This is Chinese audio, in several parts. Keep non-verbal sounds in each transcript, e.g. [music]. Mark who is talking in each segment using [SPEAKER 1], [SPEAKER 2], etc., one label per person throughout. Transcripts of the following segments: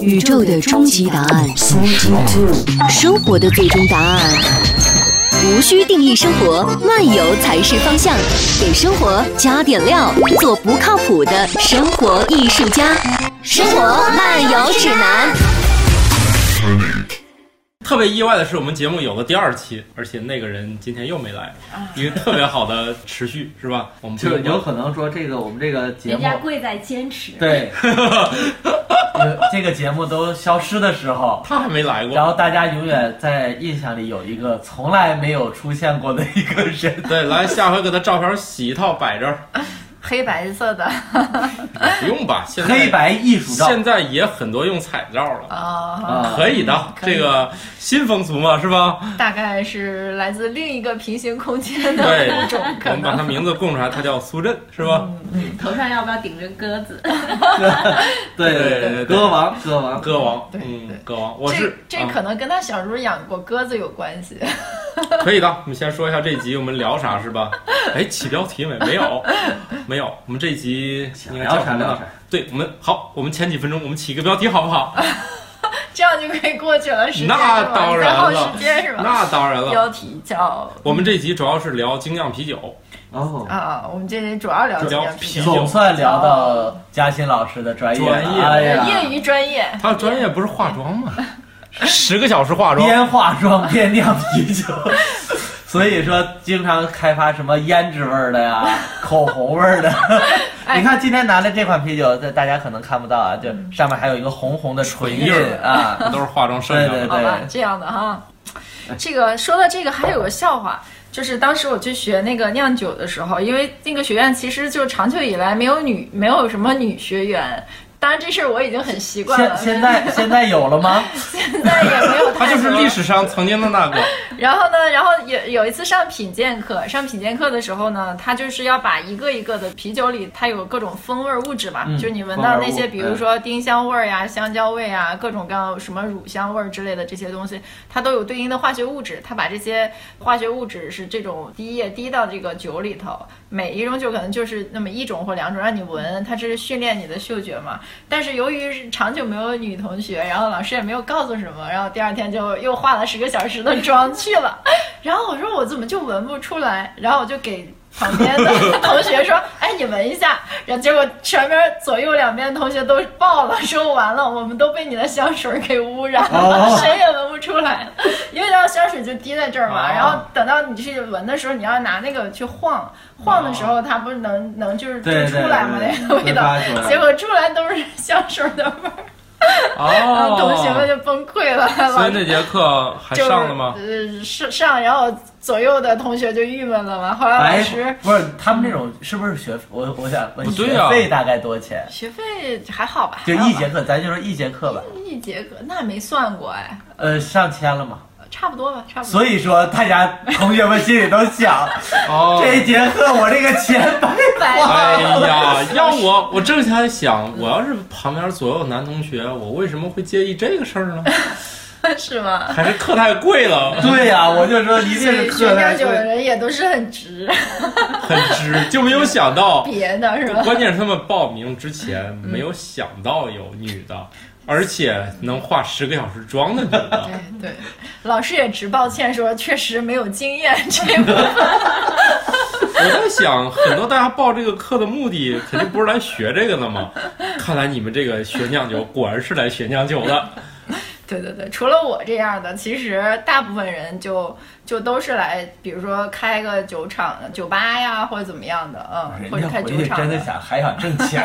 [SPEAKER 1] 宇宙的终极答案，生活的最终答案。无需定义生活，漫游才是方向。给生活加点料，做不靠谱的生活艺术家。生活漫游指南。
[SPEAKER 2] 特别意外的是，我们节目有了第二期，而且那个人今天又没来，
[SPEAKER 3] 啊
[SPEAKER 2] 一个特别好的持续，是吧？我们
[SPEAKER 4] 就是有可能说这个我们这个节
[SPEAKER 5] 人
[SPEAKER 4] 目
[SPEAKER 5] 家贵在坚持。
[SPEAKER 4] 对，呃这个节目都消失的时候，
[SPEAKER 2] 他还没来过，
[SPEAKER 4] 然后大家永远在印象里有一个从来没有出现过的一个人。
[SPEAKER 2] 对，来下回给他照片洗一套摆这儿，
[SPEAKER 3] 黑白色的 [laughs]
[SPEAKER 2] 不用吧？现在
[SPEAKER 4] 黑白艺术照
[SPEAKER 2] 现在也很多用彩照了，
[SPEAKER 3] 啊，
[SPEAKER 4] 啊，
[SPEAKER 2] 可以的，
[SPEAKER 3] 可以
[SPEAKER 2] 这个新风俗嘛，是吧？
[SPEAKER 3] 大概是来自另一个平行空间的 [laughs]
[SPEAKER 2] 对
[SPEAKER 3] 某种，
[SPEAKER 2] 我
[SPEAKER 3] 可
[SPEAKER 2] 们把他
[SPEAKER 3] 能。
[SPEAKER 2] 名字供出来，他叫苏振，是吧？
[SPEAKER 5] 头上要不要顶着鸽子？
[SPEAKER 4] 对
[SPEAKER 2] 对对对
[SPEAKER 4] 歌王，歌王，
[SPEAKER 2] 歌王，
[SPEAKER 3] 对对
[SPEAKER 2] 嗯，歌王，我
[SPEAKER 3] 这
[SPEAKER 2] 是
[SPEAKER 3] 这
[SPEAKER 2] 啊
[SPEAKER 3] 可能跟他小时候养过鸽子有关系。 [laughs]
[SPEAKER 2] [laughs] 可以的，我们先说一下这集我们聊啥是吧？哎，起标题没？没有，没有。我们这集应该叫什么
[SPEAKER 4] 聊啥聊
[SPEAKER 2] 呢
[SPEAKER 4] 啥？
[SPEAKER 2] 对，我们好，我们前几分钟我们起一个标题好不好？这
[SPEAKER 3] 样就可以过去了，时间
[SPEAKER 2] 那
[SPEAKER 3] 是吧
[SPEAKER 2] 当
[SPEAKER 3] 你
[SPEAKER 2] 然
[SPEAKER 3] 在耗
[SPEAKER 2] 了
[SPEAKER 3] 时间是吧？
[SPEAKER 2] 那当然了，
[SPEAKER 3] 标题叫
[SPEAKER 2] 我们这集主要是聊精酿啤酒，
[SPEAKER 4] 哦，
[SPEAKER 3] 啊，我们这里主要聊
[SPEAKER 2] 主
[SPEAKER 3] 精
[SPEAKER 2] 要
[SPEAKER 3] 酿啤
[SPEAKER 2] 啤
[SPEAKER 3] 酒，
[SPEAKER 2] 酒
[SPEAKER 4] 总算聊到嘉欣老师的专业了，
[SPEAKER 2] 专业
[SPEAKER 4] 哎
[SPEAKER 3] 业
[SPEAKER 4] 呀，
[SPEAKER 3] 余专业。
[SPEAKER 2] 他的专业不是化妆吗？十个小时化妆，
[SPEAKER 4] 边化妆边酿啤
[SPEAKER 2] [laughs]
[SPEAKER 4] 酒。所以说，经常开发什么胭脂味儿的呀，
[SPEAKER 2] [laughs]
[SPEAKER 4] 口红味儿的。
[SPEAKER 3] 哎
[SPEAKER 4] 你看今天拿的这款啤酒，这大家可能看不到啊，就
[SPEAKER 2] 嗯
[SPEAKER 4] 上面还有一个红红的唇
[SPEAKER 2] 唇印
[SPEAKER 4] 印
[SPEAKER 2] 儿
[SPEAKER 4] 啊。
[SPEAKER 2] 都是化妆剩下
[SPEAKER 4] 对对
[SPEAKER 2] 的。
[SPEAKER 3] 好吧
[SPEAKER 4] 对，
[SPEAKER 3] 这样的哈。这个说到这个，还有个笑话，就是当时我去学那个酿酒的时候，因为那个学院其实就长久以来没有女，没有什么女学员。当然这事儿我已经很习惯了，
[SPEAKER 4] [laughs] 现
[SPEAKER 3] [laughs]
[SPEAKER 4] 现在现在有了吗？
[SPEAKER 3] 现在也没有
[SPEAKER 2] 他
[SPEAKER 3] 太
[SPEAKER 2] 就是
[SPEAKER 3] 多
[SPEAKER 2] 历史上曾经的
[SPEAKER 3] [laughs]
[SPEAKER 2] 那个，
[SPEAKER 3] 然后呢，然后有有一次上品鉴课，上品鉴课的时候呢，他就是要把一个一个的啤酒里，它有各种风味物质嘛，
[SPEAKER 4] 嗯
[SPEAKER 3] 就是你闻到那
[SPEAKER 4] 风
[SPEAKER 3] 些，
[SPEAKER 4] 味物
[SPEAKER 3] 比如说丁香味儿呀、香蕉味啊，各种各样什么乳香味儿之类的这些东西，它都有对应的化学物质。他把这些化学物质是这种滴液滴到这个酒里头，每一种酒可能就是那么一种或两种让你闻，它这是训练你的嗅觉嘛。但是由于是长久没有女同学，然后老师也没有告诉什么，然后第二天就又化了十个小时的妆去了。 [laughs] 然后我说我怎么就闻不出来？然后我就给旁边
[SPEAKER 4] [laughs]
[SPEAKER 3] 的同学说：“哎，你闻一下。”然后结果前面左右两边同学都爆了，说完了，我们都被你的香水给污染了，
[SPEAKER 4] 哦
[SPEAKER 3] 谁也闻不出来了，因为那香水就滴在这儿嘛。
[SPEAKER 4] 哦
[SPEAKER 3] 然后等到你去闻的时候，你要拿那个去晃，晃的时
[SPEAKER 2] 哦
[SPEAKER 3] 候它不是能能就是就
[SPEAKER 4] 对对
[SPEAKER 3] 出来嘛
[SPEAKER 4] 对
[SPEAKER 3] 那个味
[SPEAKER 4] 挥
[SPEAKER 3] 道
[SPEAKER 4] 发出，来
[SPEAKER 3] 结果出来都是香水的味儿，然后
[SPEAKER 2] 哦，
[SPEAKER 3] 啊同学们就崩溃了，
[SPEAKER 2] 所
[SPEAKER 3] 老
[SPEAKER 2] 以那节课还
[SPEAKER 3] 就是
[SPEAKER 2] 上了吗？
[SPEAKER 3] 呃，上上，然后左右的同学就郁闷了嘛。后来老
[SPEAKER 2] 哎
[SPEAKER 4] 白
[SPEAKER 3] 师
[SPEAKER 4] 哎不是他们这种是不是学我我想问
[SPEAKER 2] 不对
[SPEAKER 4] 学
[SPEAKER 2] 啊
[SPEAKER 4] 费大概多少钱？
[SPEAKER 3] 学费还好吧？
[SPEAKER 4] 就
[SPEAKER 3] 还好
[SPEAKER 4] 一
[SPEAKER 3] 吧
[SPEAKER 4] 节课，咱就说一节课吧。
[SPEAKER 2] 嗯
[SPEAKER 3] 一节课，那没算过哎，
[SPEAKER 4] 呃，上千了嘛。
[SPEAKER 3] 差不多吧，差不多。
[SPEAKER 4] 所以说，大家同学们心里都想，
[SPEAKER 2] 哦，
[SPEAKER 4] 这一节课我这个钱白
[SPEAKER 3] 白
[SPEAKER 2] 哎
[SPEAKER 3] [laughs]
[SPEAKER 2] 呀，要我，我正在想，我要是旁边左右男同学，我为什么会介意这个事儿呢？
[SPEAKER 3] 是吗？
[SPEAKER 2] 还是课太贵
[SPEAKER 4] [laughs]
[SPEAKER 2] 了，
[SPEAKER 4] 对呀、我就说一定是
[SPEAKER 3] 对，学
[SPEAKER 4] 课
[SPEAKER 3] 酿
[SPEAKER 4] 外
[SPEAKER 3] 酒的
[SPEAKER 4] 会。
[SPEAKER 3] 人也都是很直，
[SPEAKER 2] 很值，就没有
[SPEAKER 3] [laughs]
[SPEAKER 2] 想到，
[SPEAKER 3] 别的是吧？
[SPEAKER 2] 关键是他们报名之前没有想到有女的，而且能化十个小时妆的女的，
[SPEAKER 3] 对对，老师也直抱歉说，确实没有经验 [laughs] 这部分。
[SPEAKER 2] 我在想，很多大家报这个课的目的肯定不是来学这个的嘛，看来你们这个学酿酒果然是来学酿酒的，
[SPEAKER 3] 对对对，除了我这样的，其实大部分人就就都是来，比如说开个酒厂、酒吧呀，或者怎么样的，
[SPEAKER 2] 哎
[SPEAKER 3] 嗯，或
[SPEAKER 4] 人
[SPEAKER 3] 者
[SPEAKER 4] 家
[SPEAKER 3] 开
[SPEAKER 4] 回
[SPEAKER 3] 酒
[SPEAKER 4] 去
[SPEAKER 3] 厂
[SPEAKER 4] 真的
[SPEAKER 3] 的。
[SPEAKER 4] 想还想挣钱，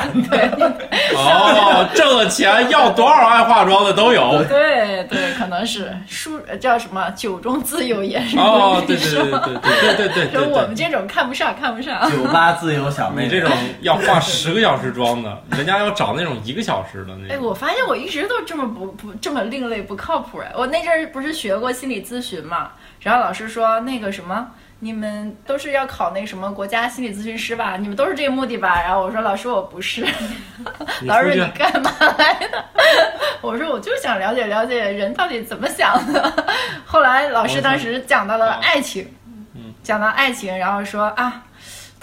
[SPEAKER 2] 哦，挣了钱要多少爱化妆的都有。
[SPEAKER 3] 对对，可能是书叫什么“酒中自有颜 [laughs] 如玉”，
[SPEAKER 2] 哦，对对
[SPEAKER 3] 是吧
[SPEAKER 2] 对对对对对对
[SPEAKER 3] 说
[SPEAKER 2] 对
[SPEAKER 3] 我们
[SPEAKER 2] 对
[SPEAKER 3] 这种看不上，看不上。
[SPEAKER 4] 酒吧自由小妹。
[SPEAKER 2] 你这种要化十个小时妆的，人家要找那种一个小时的那
[SPEAKER 3] 哎，
[SPEAKER 2] 种。
[SPEAKER 3] 我发现我一直都这么不不这么另类不靠谱哎！我那阵儿不是学过心理咨询嘛，然后老师说那个什么，你们都是要考那什么国家心理咨询师吧？你们都是这个目的吧？然后我说老师我不是，
[SPEAKER 2] 你
[SPEAKER 3] 老
[SPEAKER 2] 出
[SPEAKER 3] 师说你
[SPEAKER 2] 去
[SPEAKER 3] 干嘛来的？ [laughs] 我说我就想了解了解人到底怎么想的。 [laughs] 后来老师当时讲到了爱情，讲到爱情，然后说啊。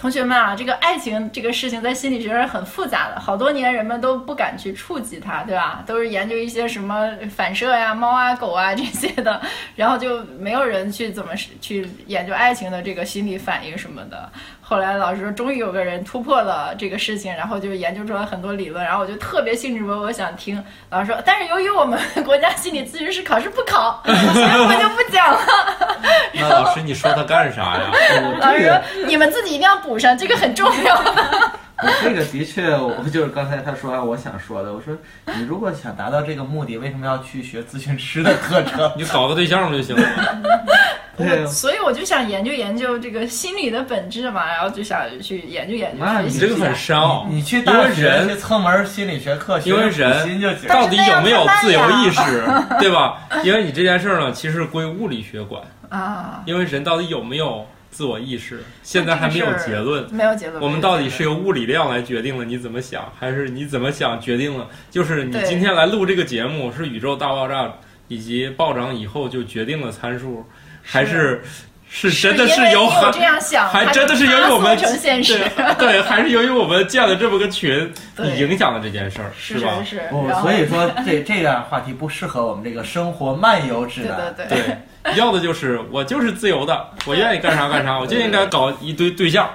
[SPEAKER 3] 同学们啊，这个爱情这个事情在心理学上是很复杂的，好多年人们都不敢去触及它，对吧？都是研究一些什么反射呀、猫啊、狗啊这些的， [laughs] 然后就没有人去怎么是去研究爱情的这个心理反应什么的。后来老师说，终于有个人突破了这个事情，然后就研究出来很多理论，然后我就特别兴致勃勃想听。老师说，但是由于我们国家心理咨询师考试不考，所以我就不讲了。
[SPEAKER 2] 那老师你说他干啥
[SPEAKER 3] [laughs]
[SPEAKER 2] 呀？
[SPEAKER 3] 老师
[SPEAKER 4] 哎这个
[SPEAKER 3] 说，你们自己一定要补上，这个很重要。
[SPEAKER 4] 我这个的确，我就是刚才他说完我想说的。我说，你如果想达到这个目的，为什么要去学咨询师的课
[SPEAKER 2] [laughs]
[SPEAKER 4] 程？
[SPEAKER 2] 你搞个对象不就行了吗？
[SPEAKER 4] 对
[SPEAKER 2] 啊
[SPEAKER 3] 我， [laughs] 所以我就想研究研究这个心理的本质嘛，然后就想去研究研究
[SPEAKER 4] 那
[SPEAKER 3] 学
[SPEAKER 4] 你
[SPEAKER 2] 你
[SPEAKER 3] 习
[SPEAKER 2] 这个
[SPEAKER 3] 一下
[SPEAKER 2] 很深奥，
[SPEAKER 4] 你去
[SPEAKER 2] 因为
[SPEAKER 4] 大学
[SPEAKER 2] 人
[SPEAKER 4] 去蹭门心理学课，学
[SPEAKER 2] 因为
[SPEAKER 4] 学
[SPEAKER 2] 人
[SPEAKER 4] 心就行。
[SPEAKER 2] 到底有没有自由意识，对吧？因为你这件事儿呢，其实归物理学管，
[SPEAKER 3] 啊，
[SPEAKER 2] 因为人到底有没有自我意识，现在还没有结论。
[SPEAKER 3] 没有结论。
[SPEAKER 2] 我们到底是
[SPEAKER 3] 没有
[SPEAKER 2] 由物理量来决定了你怎么想，还是你怎么想决定了？就是你
[SPEAKER 3] 对
[SPEAKER 2] 今天来录这个节目，是宇宙大爆炸以及暴涨以后就决定了参数，还是是
[SPEAKER 3] 结
[SPEAKER 2] 真
[SPEAKER 3] 论
[SPEAKER 2] 的
[SPEAKER 3] 因为
[SPEAKER 2] 是由
[SPEAKER 3] 你有
[SPEAKER 2] 还
[SPEAKER 3] 这样想，
[SPEAKER 2] 还
[SPEAKER 3] 它
[SPEAKER 2] 真的是由于我们
[SPEAKER 3] 它塑成现实，
[SPEAKER 2] [laughs] 对对，还是由于我们建了这么个群，
[SPEAKER 3] 对
[SPEAKER 2] 你影响了这件事儿，
[SPEAKER 3] 是
[SPEAKER 2] 吧
[SPEAKER 3] 是？是。
[SPEAKER 4] 不，
[SPEAKER 3] 然后
[SPEAKER 4] 哦所以说这这样话题不适合我们这个生活漫游指
[SPEAKER 3] 对
[SPEAKER 4] 南。
[SPEAKER 3] 对对，
[SPEAKER 2] 对，要的就是我就是自由的，我愿意干啥干啥，我就应该搞一堆对象，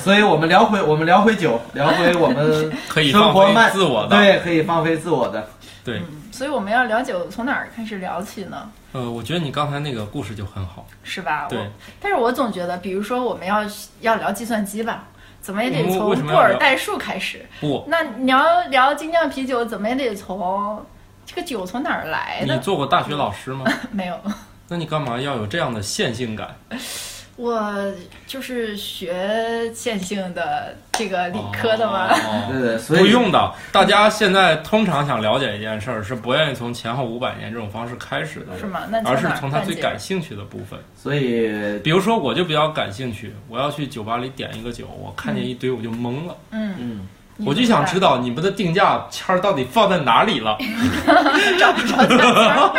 [SPEAKER 4] 所以我们聊回我们聊回酒，聊回我们
[SPEAKER 2] 可以
[SPEAKER 4] 生
[SPEAKER 2] 放
[SPEAKER 4] 活漫
[SPEAKER 2] 飞自我的。
[SPEAKER 4] 对，可以放飞自我的。
[SPEAKER 2] 对，
[SPEAKER 3] 嗯所以我们要了解我从哪儿开始聊起呢？
[SPEAKER 2] 呃，我觉得你刚才那个故事就很好。
[SPEAKER 3] 是吧？
[SPEAKER 2] 对
[SPEAKER 3] 我，但是我总觉得，比如说我们要要聊计算机吧，怎么也得
[SPEAKER 2] 我们
[SPEAKER 3] 从
[SPEAKER 2] 为什么
[SPEAKER 3] 布
[SPEAKER 2] 要聊
[SPEAKER 3] 尔代数开始。
[SPEAKER 2] 不，
[SPEAKER 3] 那你要聊精酿啤酒，怎么也得从这个酒从哪儿来
[SPEAKER 2] 你
[SPEAKER 3] 的？
[SPEAKER 2] 做过大学老师吗？
[SPEAKER 3] [laughs] 没有，
[SPEAKER 2] 那你干嘛要有这样的线性感？
[SPEAKER 3] 我就是学线性的这个理科的嘛。
[SPEAKER 2] 哦
[SPEAKER 4] 对 [laughs] 对，所以
[SPEAKER 2] 不用的，大家现在通常想了解一件事儿，是不愿意从前后五百年这种方式开始的，
[SPEAKER 3] 哦是吗？那
[SPEAKER 2] 而
[SPEAKER 3] 从
[SPEAKER 2] 是
[SPEAKER 3] 哪儿
[SPEAKER 2] 从他
[SPEAKER 3] 办
[SPEAKER 2] 最
[SPEAKER 3] 起
[SPEAKER 2] 感兴趣的部分。
[SPEAKER 4] 所以
[SPEAKER 2] 比如说，我就比较感兴趣，我要去酒吧里点一个酒，我看见一堆我就懵了，
[SPEAKER 3] 嗯，
[SPEAKER 4] 嗯，
[SPEAKER 3] 你
[SPEAKER 2] 我就想
[SPEAKER 3] 怎么
[SPEAKER 2] 知道你们的定价签儿到底放在哪里了。
[SPEAKER 3] [laughs] 办。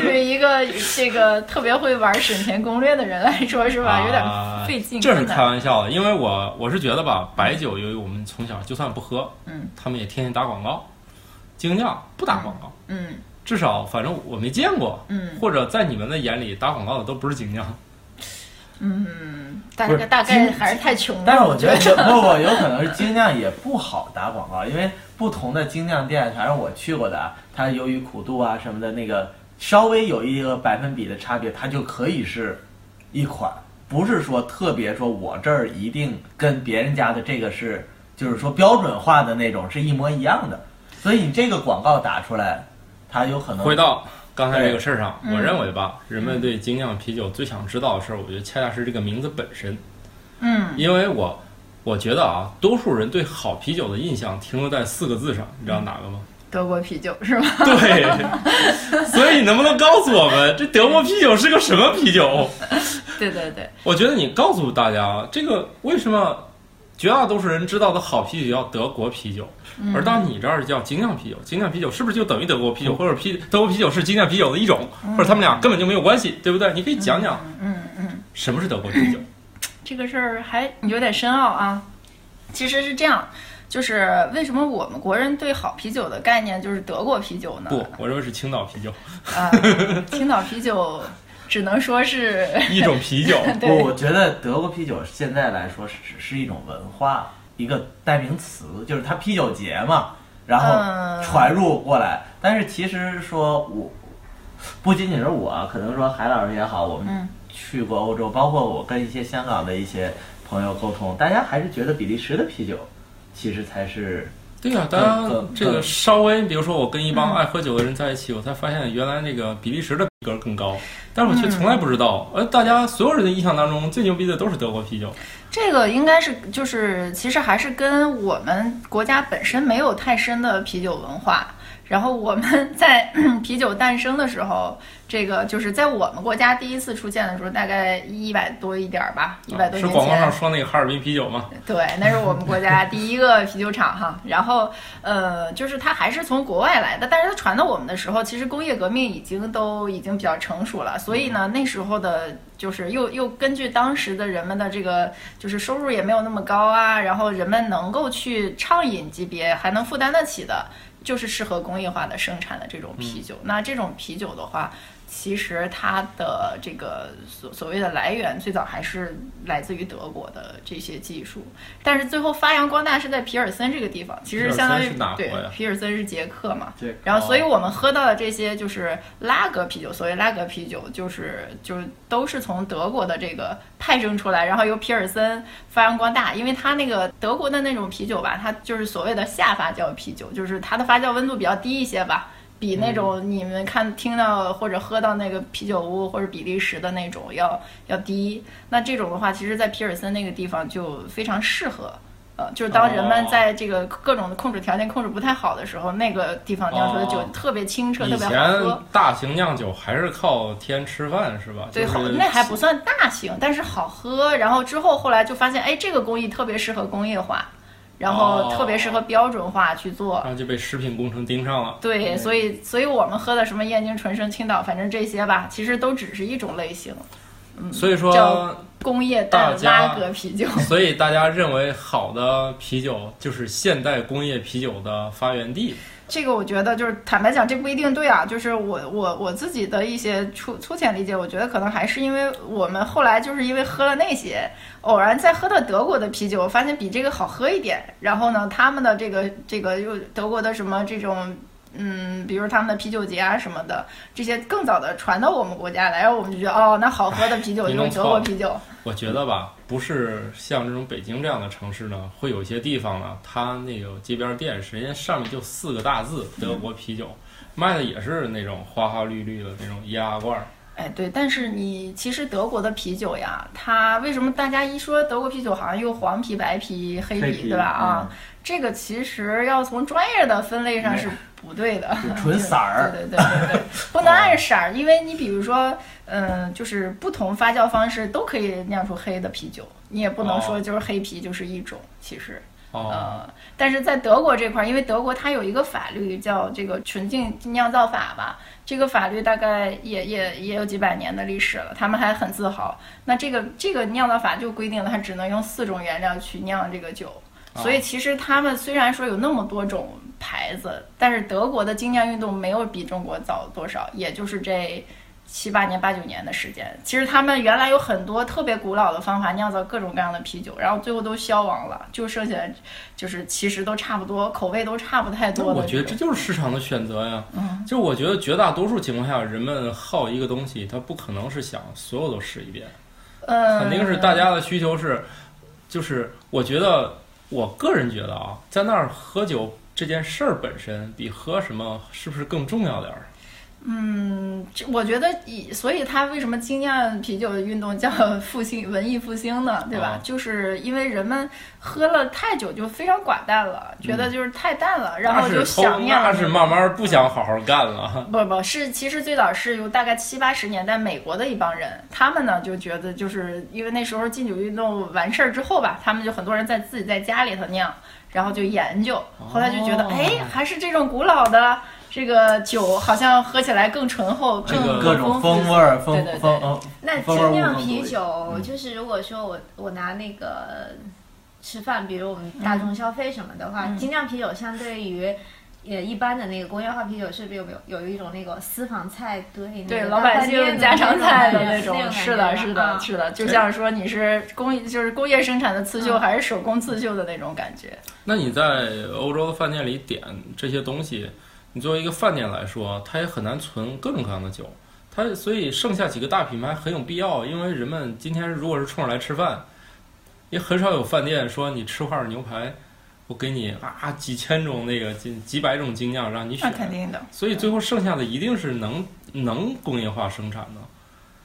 [SPEAKER 3] 对于一个这个特别会玩审填攻略的人来说，是 [laughs] 吧？有点
[SPEAKER 2] 啊
[SPEAKER 3] 费劲。
[SPEAKER 2] 这是
[SPEAKER 3] 困难
[SPEAKER 2] 开玩笑的，因为我我是觉得吧，白酒由于我们从小就算不喝，
[SPEAKER 3] 嗯，
[SPEAKER 2] 他们也天天打广告，精酿不打广告，
[SPEAKER 3] 嗯
[SPEAKER 2] 至少反正我没见过，
[SPEAKER 3] 嗯
[SPEAKER 2] 或者在你们的眼里打广告的都不是精酿，
[SPEAKER 3] 嗯，大
[SPEAKER 4] 不
[SPEAKER 3] 概
[SPEAKER 4] 是
[SPEAKER 3] 大概
[SPEAKER 4] 精
[SPEAKER 3] 还是太穷了。
[SPEAKER 4] 但是我觉得
[SPEAKER 3] 觉得
[SPEAKER 4] 不不，有可能是精酿也不好打广告，因为不同的精酿店，反正我去过的啊，它由于苦度啊什么的，那个稍微有一个百分比的差别，它就可以是一款，不是说特别说我这儿一定跟别人家的这个是，就是说标准化的那种是一模一样的，所以你这个广告打出来，它有可能
[SPEAKER 2] 回到刚才这个事儿上，
[SPEAKER 3] 对
[SPEAKER 2] 我认为吧，人们对精酿啤酒最想知道的事儿，我觉得恰恰是这个名字本身，
[SPEAKER 3] 嗯
[SPEAKER 2] 因为我我觉得啊，多数人对好啤酒的印象停留在四个字上，你知道哪个吗？
[SPEAKER 3] 德国啤酒是吧？
[SPEAKER 2] 对， [laughs] 所以能不能告诉我们，这德国啤酒是个什么啤酒？
[SPEAKER 3] 对对对，
[SPEAKER 2] 我觉得你告诉大家啊，这个为什么绝大多数人知道的好啤酒叫德国啤酒，
[SPEAKER 3] 嗯
[SPEAKER 2] 而到你这儿叫精酿啤酒，精酿啤酒是不是就等于德国啤酒，或者啤德国啤酒是精酿啤酒的一种，或者他们俩根本就没有关系，对不对？你可以讲讲
[SPEAKER 3] 嗯嗯。
[SPEAKER 2] 什么是德国啤酒，
[SPEAKER 3] 这个事儿还有点深奥啊。其实是这样，就是为什么我们国人对好啤酒的概念就是德国啤酒呢？
[SPEAKER 2] 不，我认为是青岛啤酒，
[SPEAKER 3] 啊，青岛啤酒只能说是
[SPEAKER 2] 一种啤
[SPEAKER 3] [laughs]
[SPEAKER 2] 酒。
[SPEAKER 3] 对
[SPEAKER 4] 不，我觉得德国啤酒现在来说是是一种文化，一个代名词，就是它啤酒节嘛，然
[SPEAKER 3] 嗯
[SPEAKER 4] 后传入过来。但是其实说我不仅仅是我，可能说海老师也好，我
[SPEAKER 3] 嗯
[SPEAKER 4] 们去过欧洲，包括我跟一些香港的一些朋友沟通，大家还是觉得比利时的啤酒其实才是
[SPEAKER 2] 对呀、大家
[SPEAKER 4] 更更
[SPEAKER 2] 这个
[SPEAKER 4] 更
[SPEAKER 2] 稍微，比如说我跟一
[SPEAKER 3] 嗯
[SPEAKER 2] 帮爱喝酒的人在一起，我才发现原来那个比利时的逼格更
[SPEAKER 3] 嗯
[SPEAKER 2] 高，但是我却从来不知道。呃，大家所有人的印象当中，最牛逼的都是德国啤酒。
[SPEAKER 3] 这个应该是就是其实还是跟我们国家本身没有太深的啤酒文化。然后我们在 [clears throat] 啤酒诞生的时候，这个就是在我们国家第一次出现的时候，大概一百多一点儿吧，一百多
[SPEAKER 2] 啊是
[SPEAKER 3] 年前。
[SPEAKER 2] 广告上说那个哈尔滨啤酒吗？
[SPEAKER 3] 对，那是我们国家第一个啤酒厂哈。然后，呃，就是它还是从国外来的，但是它传到我们的时候，其实工业革命已经都已经比较成熟了，所以呢，那时候的就是又又根据当时的人们的这个，就是收入也没有那么高啊，然后人们能够去畅饮级别还能负担得起的，就是适合工业化的生产的这种
[SPEAKER 2] 嗯
[SPEAKER 3] 啤酒。那这种啤酒的话，其实它的这个所所谓的来源，最早还是来自于德国的这些技术，但是最后发扬光大是在皮尔森这个地方，其实相当于
[SPEAKER 2] 皮尔森是哪国
[SPEAKER 3] 对
[SPEAKER 2] 呀
[SPEAKER 3] 皮尔森是捷克嘛，
[SPEAKER 4] 这
[SPEAKER 3] 然后，所以我们喝到的这些就是拉格啤酒，所谓拉格啤酒就是就是都是从德国的这个派生出来，然后由皮尔森发扬光大，因为它那个德国的那种啤酒吧，它就是所谓的下发酵啤酒，就是它的发酵温度比较低一些吧，比那种你们看听到或者喝到那个啤酒屋或者比利时的那种要要低。那这种的话，其实，在皮尔森那个地方就非常适合。呃，就是当人们
[SPEAKER 2] 哦
[SPEAKER 3] 在这个各种的控制条件控制不太好的时候，那个地方酿出的酒
[SPEAKER 2] 哦
[SPEAKER 3] 特别清澈，
[SPEAKER 2] 以
[SPEAKER 3] 特别好
[SPEAKER 2] 前
[SPEAKER 3] 喝。
[SPEAKER 2] 大型酿酒还是靠天吃饭是吧？
[SPEAKER 3] 对，
[SPEAKER 2] 就是
[SPEAKER 3] 好，那还不算大型，但是好喝。然后之后后来就发现，哎，这个工艺特别适合工业化，然后
[SPEAKER 2] 哦
[SPEAKER 3] 特别适合标准化去做。
[SPEAKER 2] 然后就被食品工程盯上了。
[SPEAKER 3] 对，所以所以我们喝的什么燕京纯生、青岛，反正这些吧，其实都只是一种类型，
[SPEAKER 2] 所以
[SPEAKER 3] 嗯叫
[SPEAKER 2] 说，
[SPEAKER 3] 工业淡
[SPEAKER 2] 大家
[SPEAKER 3] 拉格啤酒。
[SPEAKER 2] 所以大家认为好的啤酒就是现代工业啤酒的发源地。
[SPEAKER 3] 这个我觉得就是坦白讲，这不一定对啊。就是我我我自己的一些粗粗浅理解，我觉得可能还是因为我们后来就是因为喝了那些，偶然再喝到德国的啤酒，发现比这个好喝一点。然后呢，他们的这个这个又德国的什么这种。嗯，比如他们的啤酒节啊什么的，这些更早的传到我们国家来，然后我们就觉得哦，那好喝的啤酒
[SPEAKER 2] 你
[SPEAKER 3] 就
[SPEAKER 2] 弄
[SPEAKER 3] 是德
[SPEAKER 2] 错
[SPEAKER 3] 国
[SPEAKER 2] 了
[SPEAKER 3] 啤酒。
[SPEAKER 2] 我觉得吧，不是像这种北京这样的城市呢，会有一些地方呢，它那个街边店，人家上面就四个大字“德
[SPEAKER 3] 嗯
[SPEAKER 2] 国啤酒”，卖的也是那种花花绿绿的那种易拉罐儿。
[SPEAKER 3] 哎，对，但是你其实德国的啤酒呀，它为什么大家一说德国啤酒，好像又黄啤、白啤、黑
[SPEAKER 4] 黑啤嗯
[SPEAKER 3] 对吧？啊，这个其实要从专业的分类上是不对的，
[SPEAKER 4] 就纯色儿
[SPEAKER 3] 对对对对
[SPEAKER 4] [laughs]
[SPEAKER 3] 对，不能按色儿，因为你比如说，嗯、就是不同发酵方式都可以酿出黑的啤酒，你也不能说
[SPEAKER 2] 哦
[SPEAKER 3] 就是黑啤就是一种，其实。
[SPEAKER 2] 哦，
[SPEAKER 3] 呃，但是在德国这块儿，因为德国它有一个法律叫这个纯净酿造法吧，这个法律大概也也也有几百年的历史了，他们还很自豪。那这个这个酿造法就规定了，它只能用四种原料去酿这个酒，所以其实他们虽然说有那么多种牌子，但是德国的精酿运动没有比中国早多少，也就是这。七八年、八九年的时间，其实他们原来有很多特别古老的方法酿造各种各样的啤酒，然后最后都消亡了，就剩下就是其实都差不多，口味都差不太
[SPEAKER 2] 那
[SPEAKER 3] 多的种。
[SPEAKER 2] 我觉得这就是市场的选择呀。就我觉得绝大多数情况下，人们好一个东西，他不可能是想所有都试一遍。
[SPEAKER 3] 嗯，
[SPEAKER 2] 肯定是大家的需求是，就是我觉得，我个人觉得啊，在那儿喝酒这件事儿本身比喝什么是不是更重要点儿？
[SPEAKER 3] 嗯，这我觉得以，所以它为什么精酿啤酒运动叫复兴文艺复兴呢？对吧？
[SPEAKER 2] 哦
[SPEAKER 3] 就是因为人们喝了太久就非常寡淡了，觉得就是太淡了，然后
[SPEAKER 2] 嗯那
[SPEAKER 3] 就是
[SPEAKER 2] 偷
[SPEAKER 3] 想念
[SPEAKER 2] 那
[SPEAKER 3] 了
[SPEAKER 2] 是慢慢不想好好干了。
[SPEAKER 3] 不不是，其实最早是由大概七八十年代美国的一帮人，他们呢就觉得，就是因为那时候禁酒运动完事儿之后吧，他们就很多人在自己在家里头酿，然后就研究，后来就觉得，
[SPEAKER 2] 哦
[SPEAKER 3] 哎，还是这种古老的这个酒，好像喝起来更醇厚，
[SPEAKER 2] 这
[SPEAKER 3] 更
[SPEAKER 2] 个
[SPEAKER 3] 更
[SPEAKER 4] 各种
[SPEAKER 3] 丰
[SPEAKER 4] 风
[SPEAKER 3] 富
[SPEAKER 4] 味儿，风
[SPEAKER 3] 对对对
[SPEAKER 4] 风呃
[SPEAKER 5] 那
[SPEAKER 4] 风味儿
[SPEAKER 5] 精
[SPEAKER 4] 不
[SPEAKER 5] 酿
[SPEAKER 4] 能
[SPEAKER 5] 啤
[SPEAKER 4] 多一
[SPEAKER 5] 酒就是，如果说我我拿那个吃饭，比如我们大众消费什么的话，
[SPEAKER 3] 嗯
[SPEAKER 5] 精酿啤酒相对于。也一般的那个工业化啤酒是不是有没有有一种那个私房菜对
[SPEAKER 3] 对
[SPEAKER 5] 那个
[SPEAKER 3] 老百
[SPEAKER 5] 饭店
[SPEAKER 3] 姓
[SPEAKER 5] 的
[SPEAKER 3] 家常菜的
[SPEAKER 5] 那
[SPEAKER 3] 那种，
[SPEAKER 6] 嗯
[SPEAKER 5] 感觉
[SPEAKER 3] 是的，是的，
[SPEAKER 5] 啊
[SPEAKER 3] 是的，就像说你是工业，就是工业生产的刺绣，
[SPEAKER 5] 嗯
[SPEAKER 3] 还是手工刺绣的那种感觉。
[SPEAKER 2] 那你在欧洲的饭店里点这些东西，你作为一个饭店来说，它也很难存各种各样的酒。它所以剩下几个大品牌很有必要，因为人们今天如果是冲着来吃饭，也很少有饭店说你吃块牛排，我给你啊几千种那个几几百种精酿让你
[SPEAKER 3] 那
[SPEAKER 2] 选。
[SPEAKER 3] 肯定的。
[SPEAKER 2] 所以最后剩下的一定是能能工业化生产的。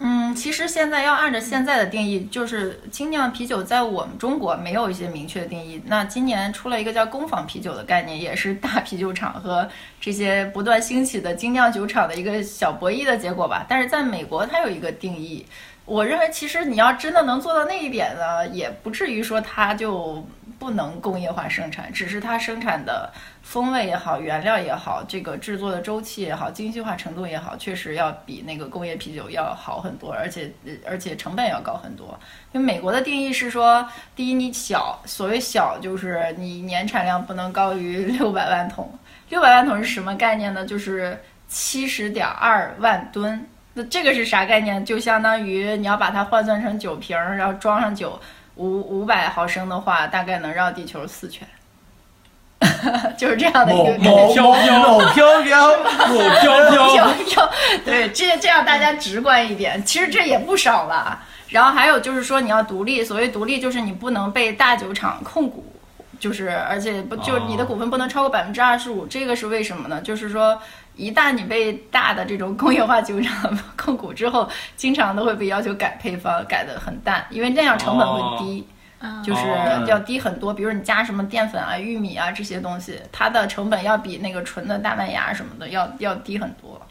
[SPEAKER 3] 嗯，其实现在要按照现在的定义，就是精酿啤酒在我们中国没有一些明确的定义。那今年出了一个叫工坊啤酒的概念，也是大啤酒厂和这些不断兴起的精酿酒厂的一个小博弈的结果吧。但是在美国，它有一个定义，我认为其实你要真的能做到那一点呢，也不至于说它就不能工业化生产，只是它生产的风味也好，原料也好，这个制作的周期也好，精细化程度也好，确实要比那个工业啤酒要好很多，而且呃而且成本也要高很多。因为美国的定义是说，第一你小，所谓小就是你年产量不能高于 [laughs] 六百万桶，六百万桶是什么概念呢？就是七十点二万吨。那这个是啥概念？就相当于你要把它换算成酒瓶儿，然后装上酒五五百毫升的话，大概能绕地球四圈， [laughs] 就是这样的一
[SPEAKER 4] 某
[SPEAKER 3] 个概念。
[SPEAKER 4] 某某某飘飘，
[SPEAKER 2] 我
[SPEAKER 3] 有
[SPEAKER 2] 飘飘，
[SPEAKER 3] 有， [laughs] 对，这这样大家直观一点，其实这也不少了。然后还有就是说，你要独立，所谓独立就是你不能被大酒厂控股，就是而且不就
[SPEAKER 2] 哦
[SPEAKER 3] 你的股份不能超过百分之二十五，这个是为什么呢？就是说，一旦你被大的这种工业化酒厂 [laughs] 控股之后，经常都会被要求改配方，改的很淡，因为那样成本会低。
[SPEAKER 5] 嗯
[SPEAKER 3] 就是
[SPEAKER 2] 哦
[SPEAKER 3] 要低很多。比如你加什么淀粉啊、玉米啊这些东西，它的成本要比那个纯的大麦芽什么的要要低很多。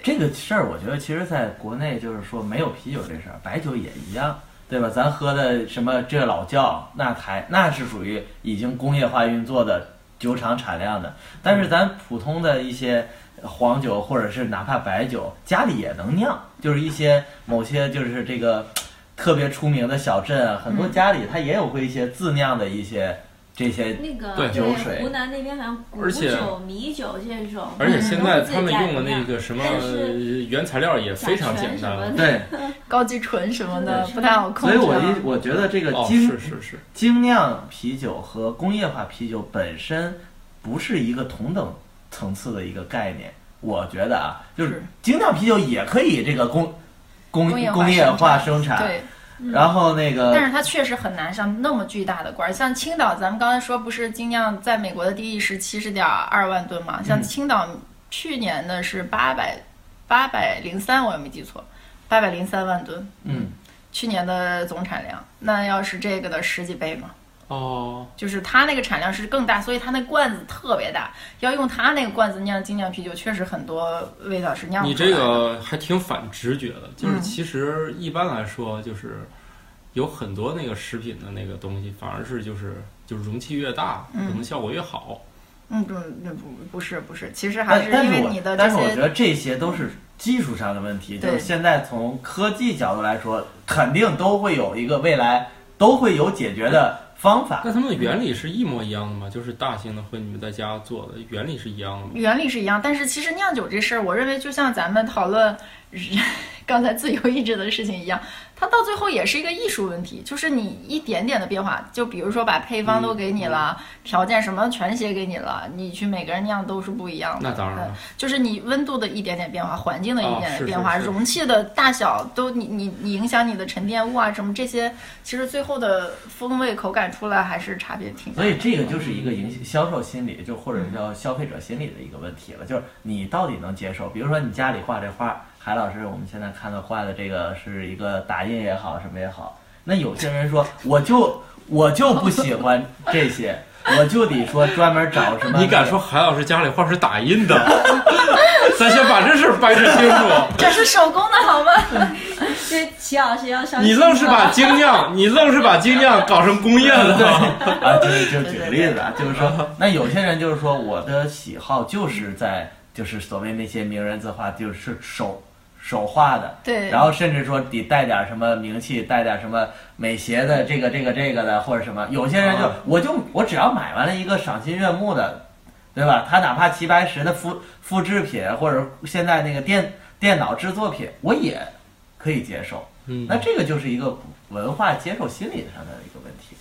[SPEAKER 4] 这个事儿我觉得其实在国内就是说没有啤酒这事儿，白酒也一样，对吧？咱喝的什么这老窖、那台，那是属于已经工业化运作的酒厂产量的，但
[SPEAKER 3] 嗯
[SPEAKER 4] 是咱普通的一些。黄酒或者是哪怕白酒，家里也能酿，就是一些某些就是这个特别出名的小镇啊，很多
[SPEAKER 3] 嗯
[SPEAKER 4] 家里它也有会一些自酿的一些这些
[SPEAKER 7] 那个
[SPEAKER 2] 对
[SPEAKER 4] 酒水
[SPEAKER 7] 湖南那边好像古
[SPEAKER 2] 而且
[SPEAKER 7] 酒、米酒这种，
[SPEAKER 2] 而且
[SPEAKER 7] 嗯
[SPEAKER 2] 现
[SPEAKER 7] 都
[SPEAKER 2] 在
[SPEAKER 7] 是自己
[SPEAKER 2] 他们
[SPEAKER 7] 家
[SPEAKER 2] 用的
[SPEAKER 7] 酿
[SPEAKER 2] 那个什么
[SPEAKER 7] 但是
[SPEAKER 2] 原材料也非常简
[SPEAKER 7] 甲醛什
[SPEAKER 2] 单
[SPEAKER 7] 么，的
[SPEAKER 4] 对，
[SPEAKER 3] 高级醇什么的
[SPEAKER 7] 对
[SPEAKER 3] 不太好控制
[SPEAKER 4] 所以
[SPEAKER 3] 啊。
[SPEAKER 4] 我一我觉得这个
[SPEAKER 2] 哦，
[SPEAKER 4] 精
[SPEAKER 2] 是是是，
[SPEAKER 4] 精酿啤酒和工业化啤酒本身不是一个同等层次的一个概念。我觉得啊，就是
[SPEAKER 3] 是
[SPEAKER 4] 精酿啤酒也可以这个工工
[SPEAKER 3] 工业化
[SPEAKER 4] 工业化生产，
[SPEAKER 3] 对，
[SPEAKER 4] 然后那
[SPEAKER 3] 但
[SPEAKER 4] 个
[SPEAKER 3] 是它确实很难上那么巨大的官儿。像青岛，咱们刚才说不是精酿在美国的第一是七十点二万吨嘛？像
[SPEAKER 4] 嗯
[SPEAKER 3] 青岛去年的是八百八百零三，我也没记错，八百零三万吨，
[SPEAKER 4] 嗯，
[SPEAKER 3] 去年的总产量。那要是这个的十几倍嘛？
[SPEAKER 2] 哦，
[SPEAKER 3] 就是它那个产量是更大，所以它那罐子特别大。要用它那个罐子酿精酿啤酒，确实很多味道是酿不
[SPEAKER 2] 你
[SPEAKER 3] 出来的
[SPEAKER 2] 这个还挺反直觉的，就是
[SPEAKER 3] 嗯
[SPEAKER 2] 其实一般来说，就是有很多那个食品的那个东西，反而是就是就是容器越大，可
[SPEAKER 3] 嗯
[SPEAKER 2] 能效果越好。
[SPEAKER 3] 嗯，不不不不是不是，其实还
[SPEAKER 4] 但
[SPEAKER 3] 是
[SPEAKER 4] 但
[SPEAKER 3] 因
[SPEAKER 4] 是
[SPEAKER 3] 为你
[SPEAKER 4] 我
[SPEAKER 3] 的这
[SPEAKER 4] 但是我觉
[SPEAKER 3] 些
[SPEAKER 4] 得这些都是技术上的问题，就
[SPEAKER 3] 对
[SPEAKER 4] 是现在从科技角度来说，肯定都会有一个未来都会有解决的方法。
[SPEAKER 2] 那它们的原理是一模一样的吗？就是大型的和你们在家做的原理是一样的吗？
[SPEAKER 3] 原理是一样，但是其实酿酒这事儿，我认为就像咱们讨论 [laughs] 刚才自由意志的事情一样，它到最后也是一个艺术问题，就是你一点点的变化，就比如说把配方
[SPEAKER 4] 嗯
[SPEAKER 3] 都给你了，条件什么全写给你了，你去每个人酿都是不一样的。
[SPEAKER 2] 那当然了，
[SPEAKER 3] 就是你温度的一点点变化，环境的一点
[SPEAKER 2] 啊是
[SPEAKER 3] 点
[SPEAKER 2] 是
[SPEAKER 3] 变化，
[SPEAKER 2] 是
[SPEAKER 3] 容器的大小都你你你影响你的沉淀物啊什么这些，其实最后的风味口感出来还是差别挺大
[SPEAKER 4] 所。以这个就是一个营销售心理，就或者
[SPEAKER 2] 嗯
[SPEAKER 4] 叫消费者心理的一个问题了，就是你到底能接受？比如说你家里画这画，海老师，我们现在看到画的这个是一个打印也好，什么也好，那有些人说我就我就不喜欢这些，我就得说专门找什么？
[SPEAKER 3] 呃
[SPEAKER 2] 你敢说？海老师家里画是打印的？ [laughs] 咱先把这事儿掰扯清楚。
[SPEAKER 3] 这是手工的好吗？
[SPEAKER 7] 对，齐老师要上
[SPEAKER 2] 你愣是把
[SPEAKER 7] 吧？
[SPEAKER 2] 精酿，你愣是把精酿搞成工业的。
[SPEAKER 4] 啊，就是就举个例子啊，就是说，
[SPEAKER 2] 嗯
[SPEAKER 4] 那有些人就是说，我的喜好就是在就是所谓那些名人字画，就是手手画的，
[SPEAKER 3] 对，
[SPEAKER 4] 然后甚至说得带点什么名气，带点什么美协的这个这个这个的，或者什么。有些人就、
[SPEAKER 3] 哦
[SPEAKER 2] 啊
[SPEAKER 4] 我就我只要买完了一个赏心悦目的，对吧？他哪怕齐白石的复复制品，或者现在那个电电脑制作品，我也可以接受。
[SPEAKER 2] 嗯，
[SPEAKER 4] 那这个就是一个文化接受心理上的一个问题。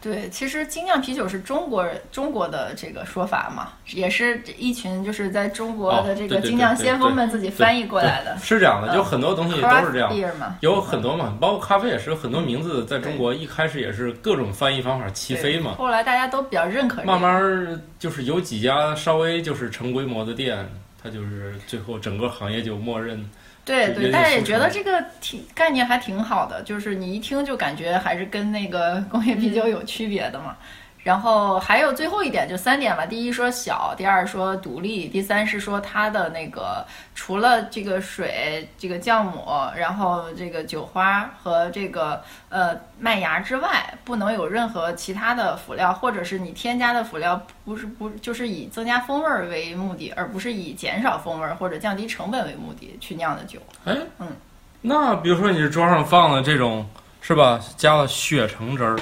[SPEAKER 3] 对，其实精酿啤酒是中国人中国的这个说法嘛，也是一群就是在中国的这
[SPEAKER 2] 哦对对
[SPEAKER 3] 个
[SPEAKER 2] 对
[SPEAKER 3] 精酿先锋们自己翻译过来的。
[SPEAKER 2] 是这样
[SPEAKER 3] 嗯
[SPEAKER 2] 的，就很多东西都
[SPEAKER 3] Craft
[SPEAKER 2] 是这样。
[SPEAKER 3] beer 嘛，
[SPEAKER 2] 有很多嘛，包括咖啡也是，有很多名字在中国一开始也是各种翻译方法齐
[SPEAKER 3] 对
[SPEAKER 2] 飞嘛。
[SPEAKER 3] 后来大家都比较认可这个。
[SPEAKER 2] 慢慢儿就是有几家稍微就是成规模的店，它就是最后整个行业就默认
[SPEAKER 3] 对
[SPEAKER 2] 有
[SPEAKER 3] 对，
[SPEAKER 2] 点
[SPEAKER 3] 但是
[SPEAKER 2] 疏
[SPEAKER 3] 也
[SPEAKER 2] 忽
[SPEAKER 3] 觉得这个挺概念还挺好的，就是你一听就感觉还是跟那个工业啤酒有区别的嘛。然后还有最后一点就三点吧，第一说小，第二说独立，第三是说它的那个除了这个水、这个酵母，然后这个酒花和这个呃麦芽之外，不能有任何其他的辅料，或者是你添加的辅料不是不就是以增加风味儿为目的，而不是以减少风味儿或者降低成本为目的去酿的酒。
[SPEAKER 2] 哎，
[SPEAKER 3] 嗯，
[SPEAKER 2] 那比如说你桌上放了这种是吧，加了血橙汁儿，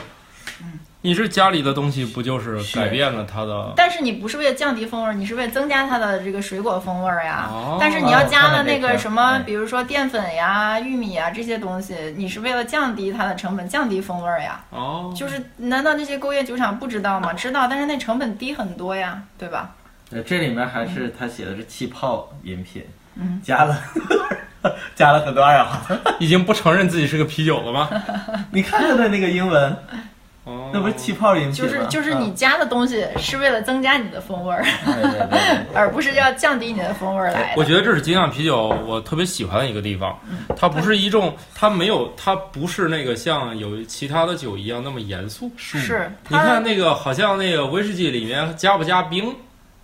[SPEAKER 3] 嗯
[SPEAKER 2] 你这家里的东西不就是改变了它的？
[SPEAKER 3] 但是你不是为了降低风味儿，你是为了增加它的这个水果风味儿呀。
[SPEAKER 2] 哦
[SPEAKER 3] 啊但是你要加了那个什
[SPEAKER 4] 哦我看到
[SPEAKER 3] 么
[SPEAKER 2] 哎
[SPEAKER 4] 这，个
[SPEAKER 3] 比如说淀粉呀、玉米呀这些东西，你是为了降低它的成本，降低风味儿呀。
[SPEAKER 2] 哦，
[SPEAKER 3] 就是难道那些工业酒厂不知道吗？知道，但是那成本低很多呀，对吧？
[SPEAKER 4] 呃，这里面还是他写的是气泡饮品，
[SPEAKER 3] 嗯，
[SPEAKER 4] 加了 [laughs] 加了很多二氧化碳。
[SPEAKER 2] 已经不承认自己是个啤酒了吗？
[SPEAKER 3] [laughs]
[SPEAKER 4] 你看他的那个英文，
[SPEAKER 2] 哦，
[SPEAKER 4] 那不是气泡饮品
[SPEAKER 3] 就
[SPEAKER 4] 吗？
[SPEAKER 3] 是就是
[SPEAKER 4] 嗯
[SPEAKER 3] 你加的东西是为了增加你的风味儿，
[SPEAKER 4] 对 [laughs] 对对对
[SPEAKER 3] 而不是要降低你的风味儿来
[SPEAKER 2] 哎我
[SPEAKER 3] 的。嗯
[SPEAKER 2] 觉得这是精酿啤酒我特别喜欢的一个地方，它不是一种，它没有，它不是那个像有其他的酒一样那么严肃。
[SPEAKER 4] 嗯
[SPEAKER 3] 是，
[SPEAKER 2] 你
[SPEAKER 3] 它
[SPEAKER 2] 看那个，好像那个威士忌里面加不加冰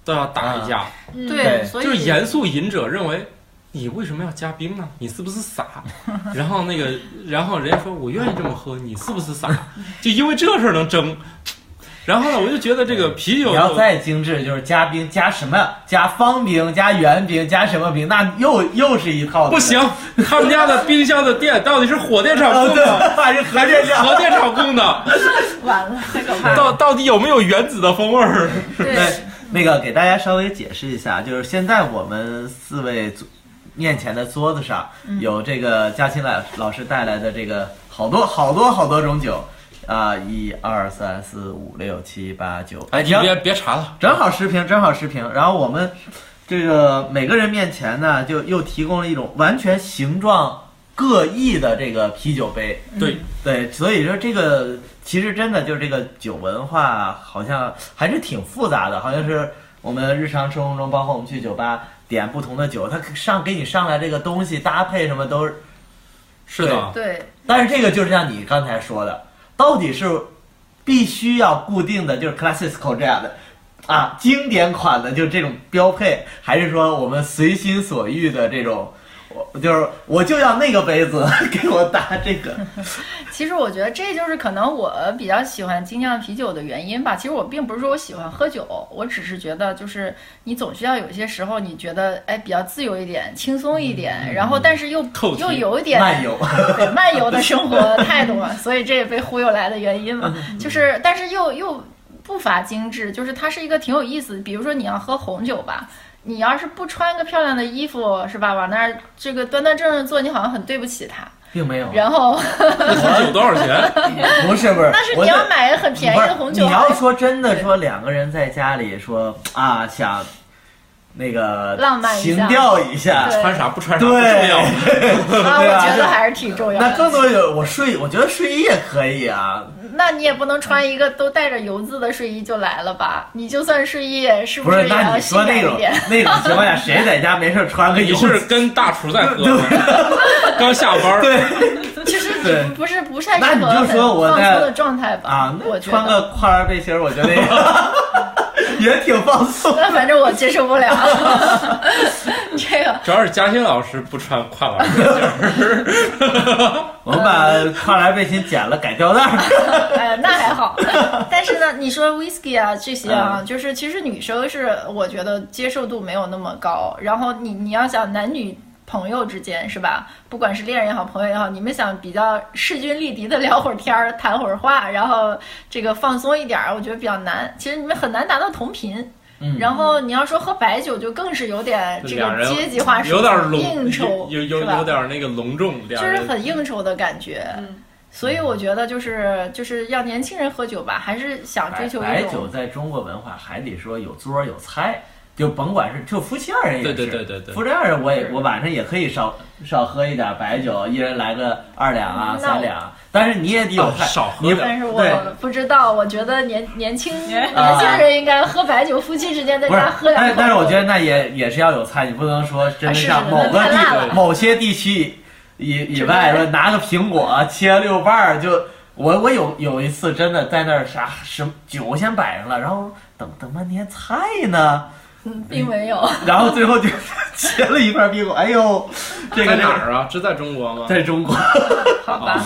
[SPEAKER 2] 都要打一架，
[SPEAKER 5] 嗯
[SPEAKER 3] 对，
[SPEAKER 4] 对
[SPEAKER 3] 嗯所以
[SPEAKER 2] 就是严肃饮者认为你为什么要加冰呢？你是不是傻？ [laughs] 然后那个，然后人家说我愿意这么喝，你是不是傻？ [laughs] 就因为这事儿能争。然后呢，我就觉得这个啤酒
[SPEAKER 4] 你要再精致，就是加冰，加什么？加方冰，加圆冰，加什么冰？那又又是一套。啊
[SPEAKER 2] 不行，，他们家的冰箱的电到底是火电厂
[SPEAKER 4] 哦
[SPEAKER 2] 供
[SPEAKER 4] 对
[SPEAKER 2] 的，
[SPEAKER 4] 还是核电量。
[SPEAKER 2] 核电厂供的，
[SPEAKER 4] [laughs]
[SPEAKER 3] 完了，太可
[SPEAKER 2] [laughs]
[SPEAKER 3] 怕了。
[SPEAKER 2] 到到底有没有原子的风味儿？
[SPEAKER 3] 对
[SPEAKER 4] 对，，那个给大家稍微解释一下，就是现在我们四位桌面前的桌子上有这个嘉欣老老师带来的这个好多好多好多种酒，啊、一二三四五六七八九，
[SPEAKER 2] 哎，你
[SPEAKER 4] 正
[SPEAKER 2] 别别查了，
[SPEAKER 4] 正好十瓶，正好十瓶。然后我们这个每个人面前呢，就又提供了一种完全形状各异的这个啤酒杯，
[SPEAKER 2] 对，
[SPEAKER 4] 对，所以说这个其实真的就是这个酒文化，好像还是挺复杂的，好像是我们日常生活中，包括我们去酒吧点不同的酒，它上给你上来这个东西搭配什么都是，
[SPEAKER 2] 是的，
[SPEAKER 3] 对，
[SPEAKER 4] 但是这个就是像你刚才说的，到底是必须要固定的，就是 classical 这样的。啊，经典款的就这种标配，还是说我们随心所欲的这种，我就是我就要那个杯子， [laughs] 给我搭这 [laughs] 个。
[SPEAKER 3] 其实我觉得这就是可能我比较喜欢精酿啤酒的原因吧。其实我并不是说我喜欢喝酒，我只是觉得就是你总需要有些时候你觉得哎比较自由一点、轻松一点，
[SPEAKER 4] 嗯
[SPEAKER 3] 然后但是又
[SPEAKER 2] 透题
[SPEAKER 3] 又有一点
[SPEAKER 4] 漫游，
[SPEAKER 3] 对漫游的生活
[SPEAKER 4] [laughs]
[SPEAKER 3] 态度嘛，所以这也被忽悠来的原因
[SPEAKER 4] 嗯
[SPEAKER 3] 嘛，就是但是又又不乏精致，就是它是一个挺有意思的。比如说你要喝红酒吧，你要是不穿个漂亮的衣服是吧，往那儿这个端端正正坐，你好像很对不起他。
[SPEAKER 4] 并没有，
[SPEAKER 3] 然后，
[SPEAKER 2] 红酒多少钱？
[SPEAKER 4] 不是不是，
[SPEAKER 3] 但是
[SPEAKER 4] 我
[SPEAKER 3] 你要
[SPEAKER 4] 在
[SPEAKER 3] 买很便宜的红酒，
[SPEAKER 4] 不是你 [laughs] 要说真的说两个人在家里说啊想那个
[SPEAKER 3] 浪漫一下
[SPEAKER 4] 情调一下，
[SPEAKER 3] [laughs] 对
[SPEAKER 2] 穿啥不穿啥不重要。
[SPEAKER 4] 对，
[SPEAKER 3] 啊，
[SPEAKER 4] 对啊
[SPEAKER 3] 我觉
[SPEAKER 4] 就
[SPEAKER 3] 得还是挺重要
[SPEAKER 4] 那
[SPEAKER 3] 的。
[SPEAKER 4] 更多有我睡，我觉得睡衣也可以啊，
[SPEAKER 3] 那你也不能穿一个都带着油渍的睡衣就来了吧？你就算睡衣，是
[SPEAKER 4] 不
[SPEAKER 3] 是
[SPEAKER 4] 是？
[SPEAKER 3] 也
[SPEAKER 4] 那
[SPEAKER 3] 要
[SPEAKER 4] 你
[SPEAKER 3] 性
[SPEAKER 4] 说
[SPEAKER 3] 感
[SPEAKER 4] 那
[SPEAKER 3] 一
[SPEAKER 4] 种
[SPEAKER 3] 点？
[SPEAKER 4] 那种情况下，谁在家没事
[SPEAKER 3] [laughs]
[SPEAKER 4] 穿
[SPEAKER 2] [laughs]
[SPEAKER 4] 个
[SPEAKER 2] 你
[SPEAKER 4] 泳
[SPEAKER 2] 是
[SPEAKER 4] 裤？
[SPEAKER 2] 跟大厨在喝吗？ [laughs] 刚下班儿，
[SPEAKER 4] 对
[SPEAKER 3] 其实
[SPEAKER 4] [laughs] 对
[SPEAKER 3] 不是不太
[SPEAKER 4] 那
[SPEAKER 3] 适
[SPEAKER 4] 你
[SPEAKER 3] 合
[SPEAKER 4] 就说我
[SPEAKER 3] 放
[SPEAKER 4] 在
[SPEAKER 3] 松的状态吧？
[SPEAKER 4] 啊，
[SPEAKER 3] 我
[SPEAKER 4] 那
[SPEAKER 3] 觉
[SPEAKER 4] 穿
[SPEAKER 3] 得。
[SPEAKER 4] 个跨栏背心儿，我觉得
[SPEAKER 3] [laughs]
[SPEAKER 4] 也也挺放松。
[SPEAKER 3] 那反正我接受不
[SPEAKER 4] [laughs]
[SPEAKER 3] 了这个。
[SPEAKER 2] 主要是嘉欣老师不穿
[SPEAKER 3] [laughs]
[SPEAKER 2] 跨栏背心儿，
[SPEAKER 4] 我们
[SPEAKER 3] 嗯
[SPEAKER 4] 把跨栏背心剪了，改吊带儿。
[SPEAKER 3] [laughs] 哎，那还
[SPEAKER 2] [laughs]
[SPEAKER 3] 好。但是呢，你说 whisky 啊这些
[SPEAKER 2] 嗯
[SPEAKER 3] 啊，就是其实女生是我觉得接受度没有那么高。然后你你要想男女。朋友之间是吧？不管是恋人也好，朋友也好，你们想比较势均力敌的聊会儿天儿，谈会儿话，然后这个放松一点儿，我觉得比较难。其实你们很难达到同频。
[SPEAKER 4] 嗯
[SPEAKER 3] 然后你要说喝白酒，就更是有点这
[SPEAKER 2] 两
[SPEAKER 3] 个
[SPEAKER 2] 人
[SPEAKER 3] 阶级化属性，
[SPEAKER 2] 有点儿
[SPEAKER 3] 应
[SPEAKER 2] 隆，
[SPEAKER 3] 酬，
[SPEAKER 2] 有有
[SPEAKER 3] 是吧
[SPEAKER 2] 有点儿那个隆重，两
[SPEAKER 3] 就是
[SPEAKER 2] 人
[SPEAKER 3] 很应酬的感觉。
[SPEAKER 7] 嗯
[SPEAKER 3] 所以我觉得就是就是要年轻人喝酒吧，还是想追求
[SPEAKER 4] 白
[SPEAKER 3] 一
[SPEAKER 4] 酒
[SPEAKER 3] 种
[SPEAKER 4] 在中国文化还得说有桌儿有菜，就甭管是就夫妻二人也是，
[SPEAKER 2] 对对对对对
[SPEAKER 4] 夫妻二人我也
[SPEAKER 3] 是
[SPEAKER 4] 我晚上也可以少少喝一点白酒，一人来个二两啊
[SPEAKER 3] 嗯那
[SPEAKER 4] 三两，但是你也得有
[SPEAKER 2] 啊
[SPEAKER 3] 哦
[SPEAKER 4] 菜，
[SPEAKER 2] 少喝
[SPEAKER 4] 你
[SPEAKER 2] 点
[SPEAKER 3] 但是
[SPEAKER 4] 对啊
[SPEAKER 3] 我不知道，我觉得年年轻年轻人应该喝白酒，夫妻之间在
[SPEAKER 4] 不是
[SPEAKER 3] 家喝，两口
[SPEAKER 4] 但是。但是我觉得那也也是要有菜，你不能说真
[SPEAKER 3] 啊
[SPEAKER 4] 的
[SPEAKER 3] 是
[SPEAKER 4] 像
[SPEAKER 3] 是
[SPEAKER 4] 某个
[SPEAKER 3] 那太辣
[SPEAKER 4] 地
[SPEAKER 3] 了
[SPEAKER 4] 某些地区以以
[SPEAKER 3] 是
[SPEAKER 4] 外
[SPEAKER 3] 吧
[SPEAKER 4] 啊说拿个苹果切六瓣儿就。我我有有一次真的在那儿啥什么酒先摆上了，然后等等半天菜呢， [laughs]
[SPEAKER 3] 嗯，并没有。
[SPEAKER 4] 然后最后
[SPEAKER 3] [laughs]
[SPEAKER 4] 就切了一块冰果，哎呦，这个
[SPEAKER 2] 在哪？儿啊？这在中国吗？
[SPEAKER 4] 在中国，
[SPEAKER 3] [laughs] 好吧，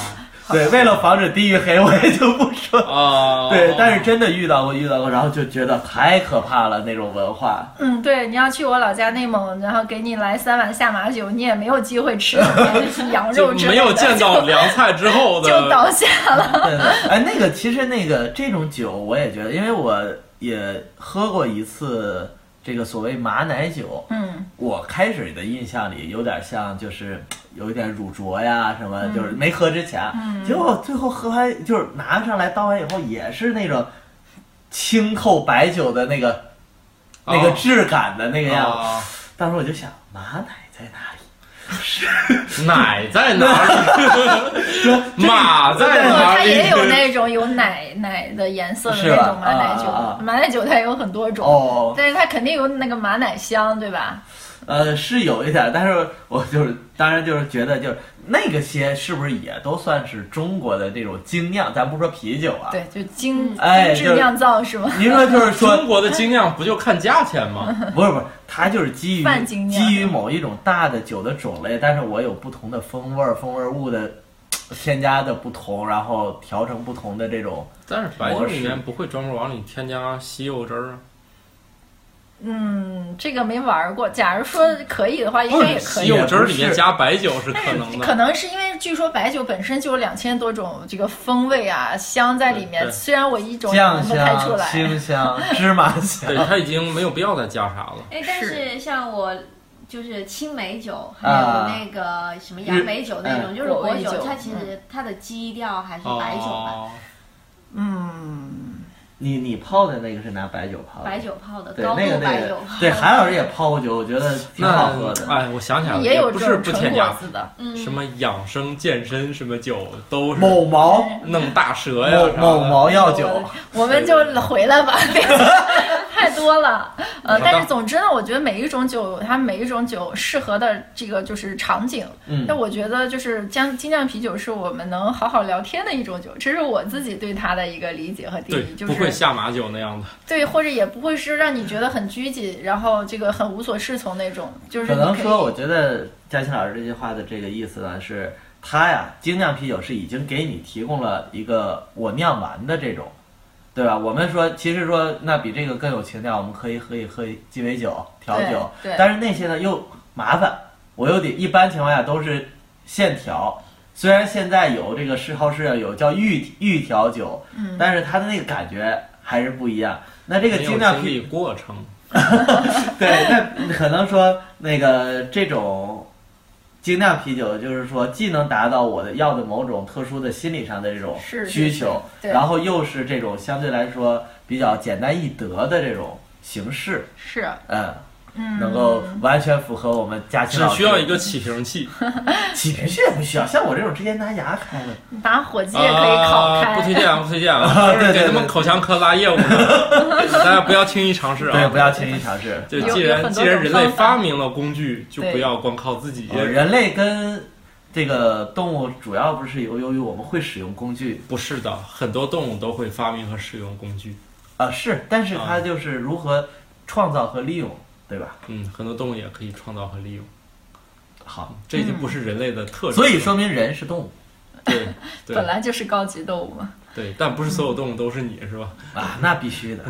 [SPEAKER 4] 对，为了防止地域黑，我也就不说。
[SPEAKER 2] 啊，
[SPEAKER 4] 对，但是真的遇到过，遇到过，然后就觉得太可怕了那种文化。
[SPEAKER 3] 嗯，对，你要去我老家内蒙，然后给你来三碗下马酒，你也没有机会吃什么
[SPEAKER 4] [laughs]
[SPEAKER 3] 羊
[SPEAKER 2] 就
[SPEAKER 3] 肉之类
[SPEAKER 2] 没
[SPEAKER 3] 的，
[SPEAKER 2] 有见到凉菜之后
[SPEAKER 3] [laughs] 就
[SPEAKER 2] 的
[SPEAKER 3] 倒下了。
[SPEAKER 4] 对对，哎，那个其实那个这种酒，我也觉得，因为我也喝过一次这个所谓马奶酒，
[SPEAKER 3] 嗯，
[SPEAKER 4] 我开始的印象里有点像就是有一点乳浊呀什么，就是没喝之前，结果最后喝完就是拿上来倒完以后也是那种清透白酒的那个。那个
[SPEAKER 2] 哦
[SPEAKER 4] 质感的那个样子，
[SPEAKER 2] 啊
[SPEAKER 4] 当时我就想，马奶在哪里？
[SPEAKER 2] 奶在哪
[SPEAKER 4] [laughs]
[SPEAKER 2] 里？马在
[SPEAKER 3] 对，
[SPEAKER 2] 哪
[SPEAKER 3] 它也有
[SPEAKER 2] 里？
[SPEAKER 3] 那种有奶奶的颜色的
[SPEAKER 4] 是
[SPEAKER 3] 那
[SPEAKER 4] 吧
[SPEAKER 3] 种马奶酒，
[SPEAKER 4] 啊啊啊
[SPEAKER 3] 马奶酒它有很多种，
[SPEAKER 4] 哦
[SPEAKER 3] 但是它肯定有那个马奶香，对吧？
[SPEAKER 4] 呃，是有一点，但是我就是，当然就是觉得，就是那个些是不是也都算是中国的这种精酿？咱不说啤酒啊，
[SPEAKER 3] 对，就精、
[SPEAKER 4] 哎
[SPEAKER 3] 精致
[SPEAKER 4] 就是
[SPEAKER 3] 酿造是吗？
[SPEAKER 4] 您说就是
[SPEAKER 2] 中
[SPEAKER 4] 说，
[SPEAKER 2] 国的精酿不就看价钱
[SPEAKER 4] [laughs]
[SPEAKER 2] 吗？
[SPEAKER 4] 不是不是，它就是基于
[SPEAKER 3] 泛精酿
[SPEAKER 4] 基于某一种大的酒的种类，但是我有不同的风味儿、风味儿物的添加的不同，然后调成不同的这种
[SPEAKER 2] 但是白酒里面不会专门往里添加西柚汁儿啊，
[SPEAKER 3] 嗯，这个没玩过。假如说可以的话，应该也可
[SPEAKER 2] 西
[SPEAKER 3] 以。
[SPEAKER 2] 柚汁儿里面加白酒是可能
[SPEAKER 3] 可
[SPEAKER 2] 的。
[SPEAKER 3] 能是因为据说白酒本身就有两千多种这个风味啊香在里
[SPEAKER 2] 对对
[SPEAKER 3] 面，虽然我一种也
[SPEAKER 4] 酱
[SPEAKER 3] 闻不太出
[SPEAKER 4] 香、
[SPEAKER 3] 来。[laughs]
[SPEAKER 4] 清香、芝麻
[SPEAKER 2] 对，
[SPEAKER 4] 香。
[SPEAKER 2] 它已经没有必要再加啥了。
[SPEAKER 5] 哎，但
[SPEAKER 3] 是
[SPEAKER 5] 是像我就是青梅酒，还有
[SPEAKER 4] 啊
[SPEAKER 5] 那个什么杨梅酒那种，
[SPEAKER 4] 嗯
[SPEAKER 5] 就是
[SPEAKER 3] 果
[SPEAKER 5] 果
[SPEAKER 3] 味酒
[SPEAKER 5] 酒，它其实它的基调还是白酒吧，
[SPEAKER 2] 哦，
[SPEAKER 3] 嗯，
[SPEAKER 4] 你你泡的那个是拿白酒泡的，
[SPEAKER 5] 白酒泡的
[SPEAKER 4] 对
[SPEAKER 5] 高
[SPEAKER 4] 那个
[SPEAKER 5] 度
[SPEAKER 4] 那
[SPEAKER 5] 白
[SPEAKER 4] 个
[SPEAKER 5] 酒泡，
[SPEAKER 4] 对，韩老师也泡过酒，我觉得挺好喝的。
[SPEAKER 2] 那哎，我想起来了，
[SPEAKER 3] 也有
[SPEAKER 2] 不
[SPEAKER 3] 这
[SPEAKER 2] 是
[SPEAKER 3] 种
[SPEAKER 2] 不
[SPEAKER 3] 纯
[SPEAKER 2] 添
[SPEAKER 3] 果
[SPEAKER 2] 加，
[SPEAKER 3] 子的。
[SPEAKER 5] 嗯，
[SPEAKER 2] 什么养生健身什么酒都是
[SPEAKER 4] 某毛
[SPEAKER 2] 弄大舌呀
[SPEAKER 4] 某
[SPEAKER 2] 啥
[SPEAKER 4] 某
[SPEAKER 2] 的。
[SPEAKER 4] 毛药酒，
[SPEAKER 3] 我们就回来吧，别太多了。呃，但是总之呢，我觉得每一种酒有它每一种酒适合的这个就是场景。
[SPEAKER 4] 嗯
[SPEAKER 3] 那我觉得就是将精酿啤酒是我们能好好聊天的一种酒，这是我自己对它的一个理解和定
[SPEAKER 2] 对
[SPEAKER 3] 义，，就是
[SPEAKER 2] 不会下马酒那样的。
[SPEAKER 3] 对，或者也不会是让你觉得很拘谨，然后这个很无所适从那种，就是
[SPEAKER 4] 可
[SPEAKER 3] 你
[SPEAKER 4] 能
[SPEAKER 3] 以
[SPEAKER 4] 说，我觉得嘉欣老师这句话的这个意思呢是，他呀，精酿啤酒是已经给你提供了一个我酿完的这种，对吧？我们说，其实说那比这个更有情调，我们可以可以喝鸡尾酒、调酒，
[SPEAKER 3] 对对
[SPEAKER 4] 但是那些呢又麻烦，我又得一般情况下都是现调。虽然现在有这个世超市啊有叫预预调酒，嗯，但是它的那个感觉还是不一样。那这个
[SPEAKER 2] 没有
[SPEAKER 4] 精酿
[SPEAKER 2] 经
[SPEAKER 4] 啤
[SPEAKER 2] 历过程，
[SPEAKER 4] [laughs] 对，那可能说那个这种精酿啤酒，就是说既能达到我的要的某种特殊的心理上的这种
[SPEAKER 3] 是是
[SPEAKER 4] 需
[SPEAKER 3] 是
[SPEAKER 4] 求，
[SPEAKER 3] 对
[SPEAKER 4] 然后又是这种相对来说比较简单易得的这种形式，
[SPEAKER 3] 是，
[SPEAKER 4] 嗯，
[SPEAKER 3] 嗯，
[SPEAKER 4] 能够完全符合我们家庭
[SPEAKER 2] 只需要一个起瓶器，
[SPEAKER 4] 起瓶器也不需要，像我这种直接拿牙开的，
[SPEAKER 3] 拿火鸡也可以烤
[SPEAKER 2] 啊
[SPEAKER 3] 开，
[SPEAKER 2] 不推荐啊，不推荐
[SPEAKER 3] [laughs]
[SPEAKER 2] 啊，
[SPEAKER 4] 啊
[SPEAKER 2] 就是
[SPEAKER 4] 对对
[SPEAKER 2] 给他们
[SPEAKER 4] 对
[SPEAKER 2] 口腔科拉业务呢，大家不要轻易尝试
[SPEAKER 4] 对，
[SPEAKER 2] 啊
[SPEAKER 4] 不。要轻易尝试。
[SPEAKER 2] 就
[SPEAKER 3] 有
[SPEAKER 2] 既
[SPEAKER 3] 有
[SPEAKER 2] 然
[SPEAKER 3] 很
[SPEAKER 2] 既
[SPEAKER 3] 多
[SPEAKER 2] 然
[SPEAKER 3] 种
[SPEAKER 2] 人类
[SPEAKER 3] 方法
[SPEAKER 2] 发明了工具，就不
[SPEAKER 3] 对
[SPEAKER 2] 要光靠自己。
[SPEAKER 4] 呃人类跟这个动物主要不是由由于我们会使用工具，
[SPEAKER 2] 不是的，很多动物都会发明和使用工具。
[SPEAKER 4] 啊，是，但是
[SPEAKER 2] 啊
[SPEAKER 4] 它就是如何创造和利用，对吧？
[SPEAKER 2] 嗯，很多动物也可以创造和利用，
[SPEAKER 4] 好，
[SPEAKER 2] 这已经不是人类的特质了。
[SPEAKER 4] 所以说明人是动物
[SPEAKER 2] 对
[SPEAKER 3] 本
[SPEAKER 2] 对
[SPEAKER 3] 来就是高级动物嘛。
[SPEAKER 2] 对，但不是所有动物都是你是吧？
[SPEAKER 4] 啊，那必
[SPEAKER 2] [laughs]
[SPEAKER 4] 须的。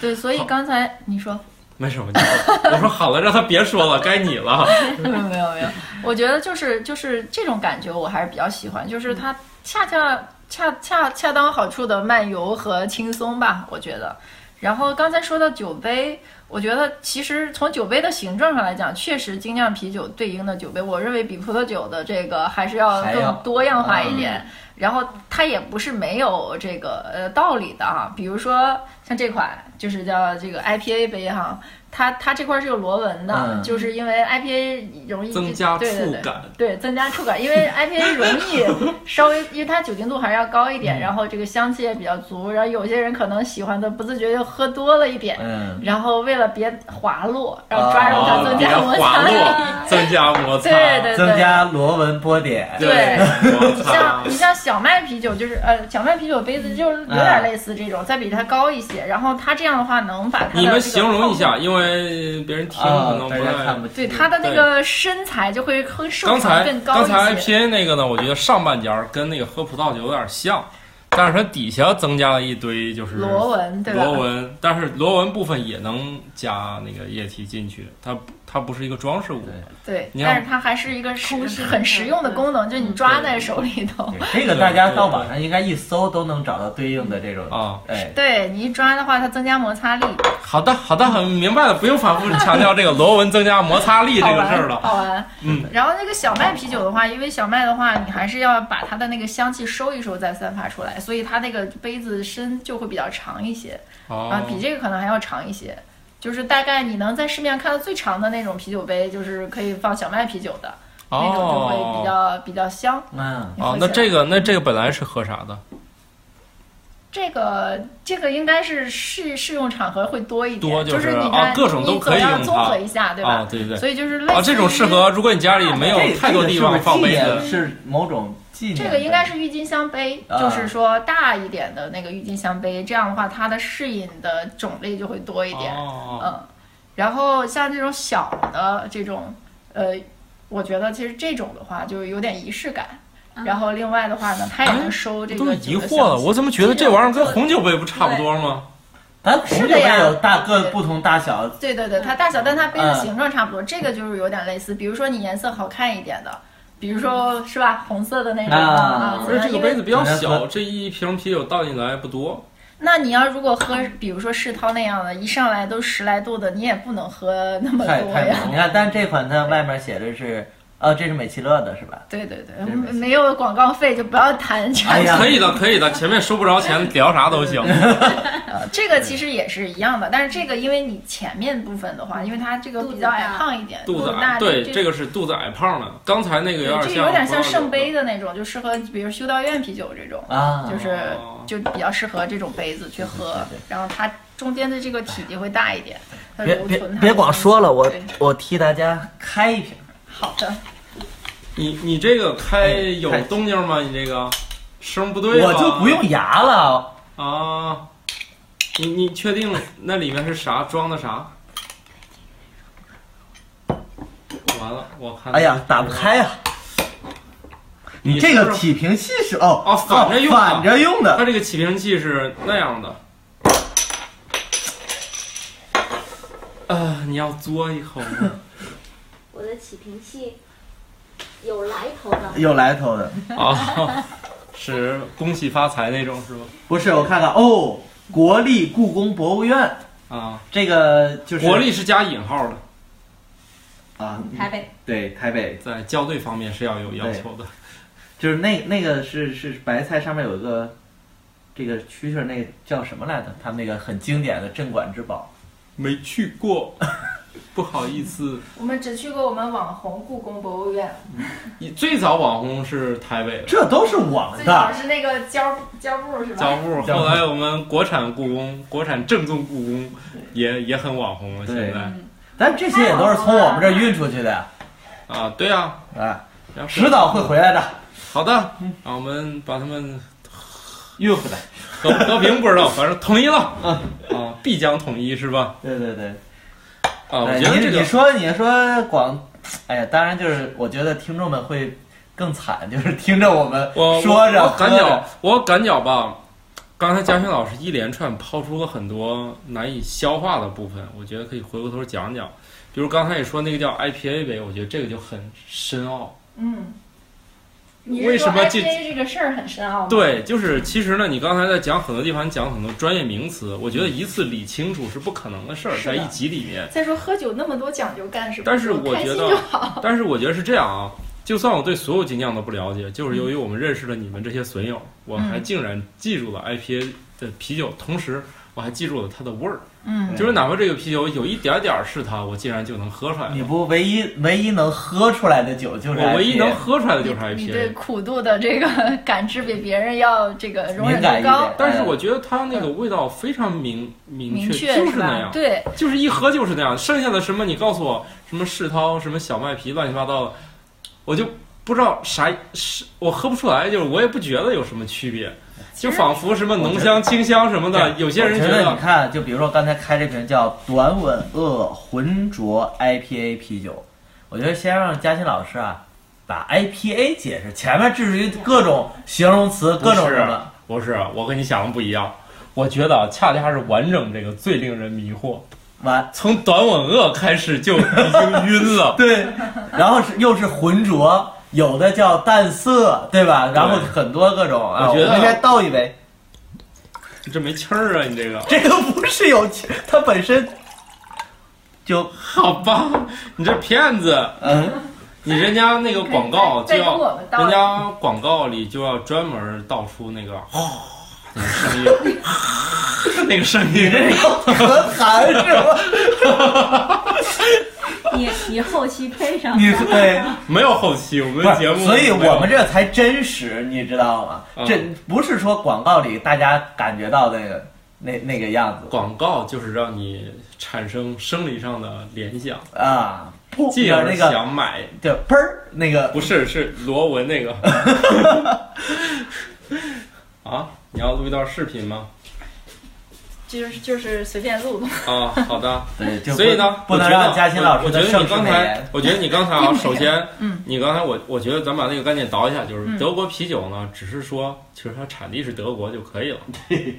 [SPEAKER 3] 对，所以刚才你说
[SPEAKER 2] 没什么，你说我说好了，让他别说了，该你了。
[SPEAKER 3] 没有没有没有，我觉得就是就是这种感觉我还是比较喜欢，
[SPEAKER 4] 嗯
[SPEAKER 3] 就是它恰恰恰恰恰当好处的漫游和轻松吧，我觉得。然后刚才说到酒杯，我觉得其实从酒杯的形状上来讲，确实精酿啤酒对应的酒杯，我认为比葡萄酒的这个还是要
[SPEAKER 4] 还要嗯
[SPEAKER 3] 更多样化一点。然后它也不是没有这啊个呃道理的哈、比如说像这款就是叫这个 IPA 杯哈、它它这块是有螺纹的，
[SPEAKER 4] 嗯
[SPEAKER 3] 就是因为 IPA 容易
[SPEAKER 2] 增加
[SPEAKER 3] [laughs] 对对
[SPEAKER 2] 触
[SPEAKER 3] 对
[SPEAKER 2] 感。
[SPEAKER 3] 对，增加触感，因
[SPEAKER 2] [laughs]
[SPEAKER 3] 为 IPA 容易稍微，因为它酒精度还是要高一
[SPEAKER 2] 嗯
[SPEAKER 3] 点，然后这个香气也比较足，然后有些人可能喜欢的不自觉就喝多了一点，
[SPEAKER 4] 嗯，
[SPEAKER 3] 然后为了别滑落，然后抓住它
[SPEAKER 2] 啊
[SPEAKER 3] 增
[SPEAKER 2] 别
[SPEAKER 3] 加摩
[SPEAKER 2] 滑
[SPEAKER 3] 擦力，
[SPEAKER 2] 落，增加摩擦，
[SPEAKER 3] 对对
[SPEAKER 4] 增加螺纹波点。
[SPEAKER 3] 对
[SPEAKER 2] 摩擦
[SPEAKER 3] 像你像小麦啤酒，就是呃小麦啤酒杯子，就是有
[SPEAKER 2] 嗯
[SPEAKER 3] 点类似这种，再比它高一些，然后它这样的话能把它的
[SPEAKER 2] [laughs] 你
[SPEAKER 3] 这
[SPEAKER 2] 们
[SPEAKER 3] 个
[SPEAKER 2] 形容一
[SPEAKER 3] 泡沫，
[SPEAKER 2] 下，因为别人听可
[SPEAKER 4] 啊
[SPEAKER 2] 能，
[SPEAKER 4] 大
[SPEAKER 2] 不
[SPEAKER 4] 家
[SPEAKER 2] 太
[SPEAKER 4] 看。不清。
[SPEAKER 3] 对它的那个身材就会更瘦
[SPEAKER 2] 刚
[SPEAKER 3] 长
[SPEAKER 2] 才
[SPEAKER 3] 更高
[SPEAKER 2] 刚
[SPEAKER 3] 一些。
[SPEAKER 2] 才 IPA 那个呢，我觉得上半截儿跟那个喝葡萄酒有点像，但是它底下增加了一堆就是
[SPEAKER 3] 螺纹对吧？
[SPEAKER 2] 螺纹，但是螺纹部分也能加那个液体进去，它不它不是一个装饰物。
[SPEAKER 4] 对
[SPEAKER 3] 对，
[SPEAKER 2] 你看嗯
[SPEAKER 3] 但是它还是一个实
[SPEAKER 7] 空心
[SPEAKER 3] 很
[SPEAKER 7] 的
[SPEAKER 3] 实用的
[SPEAKER 7] 对
[SPEAKER 3] 功能，就是你抓在手里头。
[SPEAKER 4] 这个大家到网上应该一搜都能找到对应的这种
[SPEAKER 2] 啊。
[SPEAKER 4] 哎，
[SPEAKER 3] 对你一抓的话，它增加摩擦力，
[SPEAKER 2] 好的，好的，很明白了，不用反复强调这个螺纹增加摩擦 [laughs] 力这
[SPEAKER 3] 好
[SPEAKER 2] 个事
[SPEAKER 3] 玩
[SPEAKER 2] 儿了。
[SPEAKER 3] 好玩。
[SPEAKER 2] 嗯，
[SPEAKER 3] 然后那个小麦啤酒的话，因为小麦的话，你还是要把它的那个香气收一收再散发出来，所以它那个杯子身就会比较长一些啊
[SPEAKER 2] 哦，，
[SPEAKER 3] 比这个可能还要长一些。就是大概你能在市面上看到最长的那种啤酒杯，就是可以放小麦啤酒的那种，就会比
[SPEAKER 2] 哦，
[SPEAKER 3] 较比较香。
[SPEAKER 4] 嗯，
[SPEAKER 3] 你
[SPEAKER 2] 哦
[SPEAKER 3] 喝，起来
[SPEAKER 2] 那这个那这个本来是喝啥的？
[SPEAKER 3] 这个这个应该是适适用场合会多一点，
[SPEAKER 2] 多
[SPEAKER 3] 就
[SPEAKER 2] 就是
[SPEAKER 3] 你
[SPEAKER 2] 啊
[SPEAKER 3] 看、
[SPEAKER 2] 各种都可以
[SPEAKER 3] 你总要
[SPEAKER 2] 用
[SPEAKER 3] 综
[SPEAKER 2] 它
[SPEAKER 3] 合一下，对
[SPEAKER 2] 啊
[SPEAKER 3] 吧，？
[SPEAKER 2] 对对。
[SPEAKER 3] 所以就是类似
[SPEAKER 2] 啊，这种适合，
[SPEAKER 3] 于
[SPEAKER 2] 如果你家里没有太多地方放杯
[SPEAKER 4] 这个
[SPEAKER 2] 子，
[SPEAKER 4] 是不是纪念是某种纪念。
[SPEAKER 3] 这个应该是郁金香杯，
[SPEAKER 2] 嗯
[SPEAKER 4] 啊
[SPEAKER 3] 就是说大一点的那个郁金香杯，这样的话它的适饮的种类就会多一点，
[SPEAKER 2] 哦，
[SPEAKER 3] 嗯。然后像这种小的这种，呃，我觉得其实这种的话就是有点仪式感。然后另外的话呢，它也能收这
[SPEAKER 2] 哎都
[SPEAKER 3] 个
[SPEAKER 2] 疑
[SPEAKER 3] 酒的
[SPEAKER 2] 惑了，
[SPEAKER 3] 香气
[SPEAKER 2] 我怎么觉得这玩意儿跟红酒杯不差不多吗？
[SPEAKER 4] 咱红酒
[SPEAKER 3] 是的呀
[SPEAKER 4] 杯有大各不同大小，
[SPEAKER 3] 对对对，它大小，但它杯子形状差不多。这个就是有点类似，比如说你颜色好看一点的，比如说是吧，红色的那种
[SPEAKER 4] 啊
[SPEAKER 3] 啊。
[SPEAKER 2] 而且这个杯
[SPEAKER 3] 子，
[SPEAKER 2] 子比较
[SPEAKER 4] 因
[SPEAKER 2] 小，
[SPEAKER 4] 为
[SPEAKER 2] 这一瓶啤酒倒进来不多。
[SPEAKER 3] 那你要如果喝，比如说世涛那样的，一上来都十来度的，你也不能喝那么
[SPEAKER 4] 太
[SPEAKER 3] 多
[SPEAKER 4] 太
[SPEAKER 3] 呀。
[SPEAKER 4] 猛。你看，但这款它外面写的是，哦，这是美其乐的是吧？
[SPEAKER 3] 对对对，
[SPEAKER 4] 对没错
[SPEAKER 3] 没有广告费就不要谈这
[SPEAKER 4] 哎
[SPEAKER 3] 个。
[SPEAKER 4] 呀
[SPEAKER 2] 可以的，可以的，前面收不着钱，聊啥都 [laughs] 行。
[SPEAKER 3] 这个其实也是一样的，但是这个因为你前面部分的话，因为它这个比较矮胖一点，
[SPEAKER 2] 肚子
[SPEAKER 3] 大
[SPEAKER 2] 矮，，对，这
[SPEAKER 3] 个。
[SPEAKER 2] 个是肚子矮胖的。刚才那
[SPEAKER 3] 对，
[SPEAKER 2] 个有
[SPEAKER 3] 这
[SPEAKER 2] 点像，
[SPEAKER 3] 有点像圣杯。的那种，就适合比如修道院啤酒这种。
[SPEAKER 4] 啊，
[SPEAKER 3] 就是
[SPEAKER 2] 哦
[SPEAKER 3] 就比较适合这种杯子去喝
[SPEAKER 4] 对对对，
[SPEAKER 3] 然后它中间的这个体积会大一点。它
[SPEAKER 4] 别
[SPEAKER 3] 留
[SPEAKER 4] 别
[SPEAKER 3] 存它
[SPEAKER 4] 别
[SPEAKER 3] 的
[SPEAKER 4] 光说了，我
[SPEAKER 3] 对
[SPEAKER 4] 我替大家开一瓶。
[SPEAKER 3] 好的，
[SPEAKER 2] 你你这个哎开
[SPEAKER 4] 嗯
[SPEAKER 2] 有
[SPEAKER 4] 太
[SPEAKER 2] 动静吗？你这个声不对吧
[SPEAKER 4] 我就不用牙了，
[SPEAKER 2] 啊。你你确定那里面是啥装的啥？完了，我看。
[SPEAKER 4] 哎呀，打不开。呀！
[SPEAKER 2] 你
[SPEAKER 4] 这
[SPEAKER 2] 是
[SPEAKER 4] 个
[SPEAKER 2] 不是
[SPEAKER 4] 起瓶器是哦
[SPEAKER 2] 哦反着用的
[SPEAKER 4] 反着用的
[SPEAKER 2] 它，这个起瓶器是那样的。呃，你要嘬一口吗？
[SPEAKER 6] 我的起瓶器有来头的。
[SPEAKER 4] 有来头的。
[SPEAKER 2] 啊，是恭喜发财那种是吧？
[SPEAKER 4] 不是，我看看哦，国立故宫博物院
[SPEAKER 2] 啊，
[SPEAKER 4] 这个就是
[SPEAKER 2] 国力是加引号的，
[SPEAKER 4] 啊，
[SPEAKER 7] 台北
[SPEAKER 4] 对台北
[SPEAKER 2] 在校对方面是要有要求的。
[SPEAKER 4] 就是那那个是是白菜上面有一个这个蛐蛐，那个叫什么来着？他们那个很经典的镇馆之宝。
[SPEAKER 2] 没去过，不好意思。
[SPEAKER 3] 我们只去过我们网红故宫博物院，
[SPEAKER 2] 你最早网红是台北的
[SPEAKER 4] 这都是我们
[SPEAKER 3] 最早
[SPEAKER 4] 的，
[SPEAKER 3] 是那个胶胶布是
[SPEAKER 2] [laughs] 交
[SPEAKER 3] 吧？
[SPEAKER 2] 互，
[SPEAKER 4] 交互
[SPEAKER 2] 后来我们国产故宫、国产正宗故宫也也很网红了。现
[SPEAKER 4] 对
[SPEAKER 2] 在
[SPEAKER 4] 但这些也都是从我们这儿运出去的呀，
[SPEAKER 2] 啊，对啊，
[SPEAKER 4] 啊，
[SPEAKER 2] 然后
[SPEAKER 4] 迟早会回来的，
[SPEAKER 2] 好的。啊，我们把他们
[SPEAKER 4] 运回来。
[SPEAKER 2] 和 [laughs] 和平不知道，
[SPEAKER 4] [laughs]
[SPEAKER 2] 反正统一了啊
[SPEAKER 4] 嗯
[SPEAKER 2] 啊，必将统一是吧？
[SPEAKER 4] 对对对，
[SPEAKER 2] 啊，我
[SPEAKER 4] 哎
[SPEAKER 2] 觉得
[SPEAKER 4] 你
[SPEAKER 2] 这个
[SPEAKER 4] 你说你说广，哎呀，当然就是我觉得听众们会更惨， [laughs] 就是听着我们
[SPEAKER 2] 我
[SPEAKER 4] 说着
[SPEAKER 2] 我我感
[SPEAKER 4] 喝着
[SPEAKER 2] 觉，我感觉吧，刚才嘉轩老师一连串抛出了很多难以消化的部分，我觉得可以回过头讲讲。比如刚才也说那个叫 IPA 杯，我觉得这个就很深奥。
[SPEAKER 3] 嗯。你
[SPEAKER 2] 为
[SPEAKER 3] 是说
[SPEAKER 2] 什么这
[SPEAKER 3] IPA 这个事儿很深奥吗？，
[SPEAKER 2] 对，就是其实呢，你刚才在讲很多地方讲很多专业名词，我觉得一次理清楚是不可能的事儿，
[SPEAKER 3] 是的
[SPEAKER 2] 在一集里面。
[SPEAKER 3] 再说喝酒那么多讲究干什么？
[SPEAKER 2] 但是我
[SPEAKER 3] 开
[SPEAKER 2] 觉
[SPEAKER 3] 心
[SPEAKER 2] 得
[SPEAKER 3] 就好。
[SPEAKER 2] 但是我觉得是这样啊，就算我对所有精酿都不了解，就是由于
[SPEAKER 3] 嗯
[SPEAKER 2] 我们认识了你们这些损友，我还竟然记住了 IPA 的啤酒，同时我我还记住了它的味儿，
[SPEAKER 3] 嗯，
[SPEAKER 2] 就是哪怕这个啤酒有一点点儿是它，我竟然就能喝出来了
[SPEAKER 4] 你不唯一唯一能喝出来的酒就是
[SPEAKER 2] 我唯一
[SPEAKER 4] IPA
[SPEAKER 2] 能喝出来的就是
[SPEAKER 3] 你你对
[SPEAKER 2] IPA，
[SPEAKER 3] 苦度的这个 [laughs] 感知比别人要这个容忍
[SPEAKER 4] 敏感
[SPEAKER 3] 度
[SPEAKER 4] 一点
[SPEAKER 3] 高，，
[SPEAKER 2] 但是我觉得它那个味道非常明
[SPEAKER 3] 呃明
[SPEAKER 2] 明
[SPEAKER 3] 确
[SPEAKER 2] 就是是那
[SPEAKER 3] 吧
[SPEAKER 2] 样？，
[SPEAKER 3] 对，
[SPEAKER 2] 就是一喝就是那样。剩下的什么你告诉我，什么世涛，什么小麦皮，乱七八糟的，我就不知道啥是，我喝不出来，就是我也不觉得有什么区别，就仿佛什么浓香、清香什么的，有些人
[SPEAKER 4] 我
[SPEAKER 2] 觉
[SPEAKER 4] 觉
[SPEAKER 2] 得
[SPEAKER 4] 你看，就比如说刚才开这瓶叫短吻鳄浑浊 IPA 啤酒，我觉得先让嘉欣老师啊把 IPA 解释，前面至于各种形容词，各种什么，
[SPEAKER 2] 不是，啊我跟你想的不一样。我觉得恰恰是完整这个最令人迷惑，
[SPEAKER 4] 完
[SPEAKER 2] 从短吻鳄开始就已经晕了。 [laughs]
[SPEAKER 4] 对，然后是又是浑浊，有的叫淡涩，对吧？然后很多各种啊，
[SPEAKER 2] 我觉得
[SPEAKER 4] 们先倒一杯，
[SPEAKER 2] 你这没气儿啊，你这个。
[SPEAKER 4] 这个不是有气，它本身就
[SPEAKER 2] 好吧，你这骗子，
[SPEAKER 4] 嗯，
[SPEAKER 2] 你人家那个广告就
[SPEAKER 3] 再跟
[SPEAKER 2] 要
[SPEAKER 3] 我们，倒
[SPEAKER 2] 人家广告里就要专门道出那个哗
[SPEAKER 4] 哦
[SPEAKER 2] 那个声音，那个声音， [laughs]
[SPEAKER 4] [laughs] 可寒是吧？
[SPEAKER 7] 你你后期配上
[SPEAKER 4] 你对。
[SPEAKER 2] 没有后期，我们
[SPEAKER 4] 不
[SPEAKER 2] 的
[SPEAKER 4] 是
[SPEAKER 2] 节目没有，
[SPEAKER 4] 所以我们这才真实，你知道吗？
[SPEAKER 2] 嗯
[SPEAKER 4] 这不是说广告里大家感觉到的那个那那个样子
[SPEAKER 2] 广告就是让你产生生理上的联
[SPEAKER 4] [laughs]
[SPEAKER 2] 想，
[SPEAKER 4] 啊，噗，
[SPEAKER 2] 进
[SPEAKER 4] 有
[SPEAKER 2] 而
[SPEAKER 4] 那个
[SPEAKER 2] 想买，
[SPEAKER 4] 就砰儿那个，
[SPEAKER 2] 不
[SPEAKER 4] [laughs]
[SPEAKER 2] 是是罗文那个， [laughs] 啊，你要录一段视频吗？
[SPEAKER 3] 就是就是随便录录。
[SPEAKER 2] 啊，好的。
[SPEAKER 4] 对，就不
[SPEAKER 2] 所以呢，
[SPEAKER 4] 不能
[SPEAKER 2] 我觉得
[SPEAKER 4] 让嘉欣老
[SPEAKER 2] 我
[SPEAKER 4] 师
[SPEAKER 2] 我觉
[SPEAKER 4] 的
[SPEAKER 2] 得
[SPEAKER 4] 盛
[SPEAKER 2] 你
[SPEAKER 4] 世
[SPEAKER 2] 刚
[SPEAKER 4] 美
[SPEAKER 2] 才
[SPEAKER 4] 颜，。
[SPEAKER 2] 我觉得你刚才
[SPEAKER 3] [laughs]
[SPEAKER 2] 啊，首先，
[SPEAKER 3] 嗯，
[SPEAKER 2] 你刚才我我觉得咱把那个概念倒一下，就是德国啤酒呢，只是说其实它产地是德国就
[SPEAKER 4] [laughs]
[SPEAKER 2] 可以了，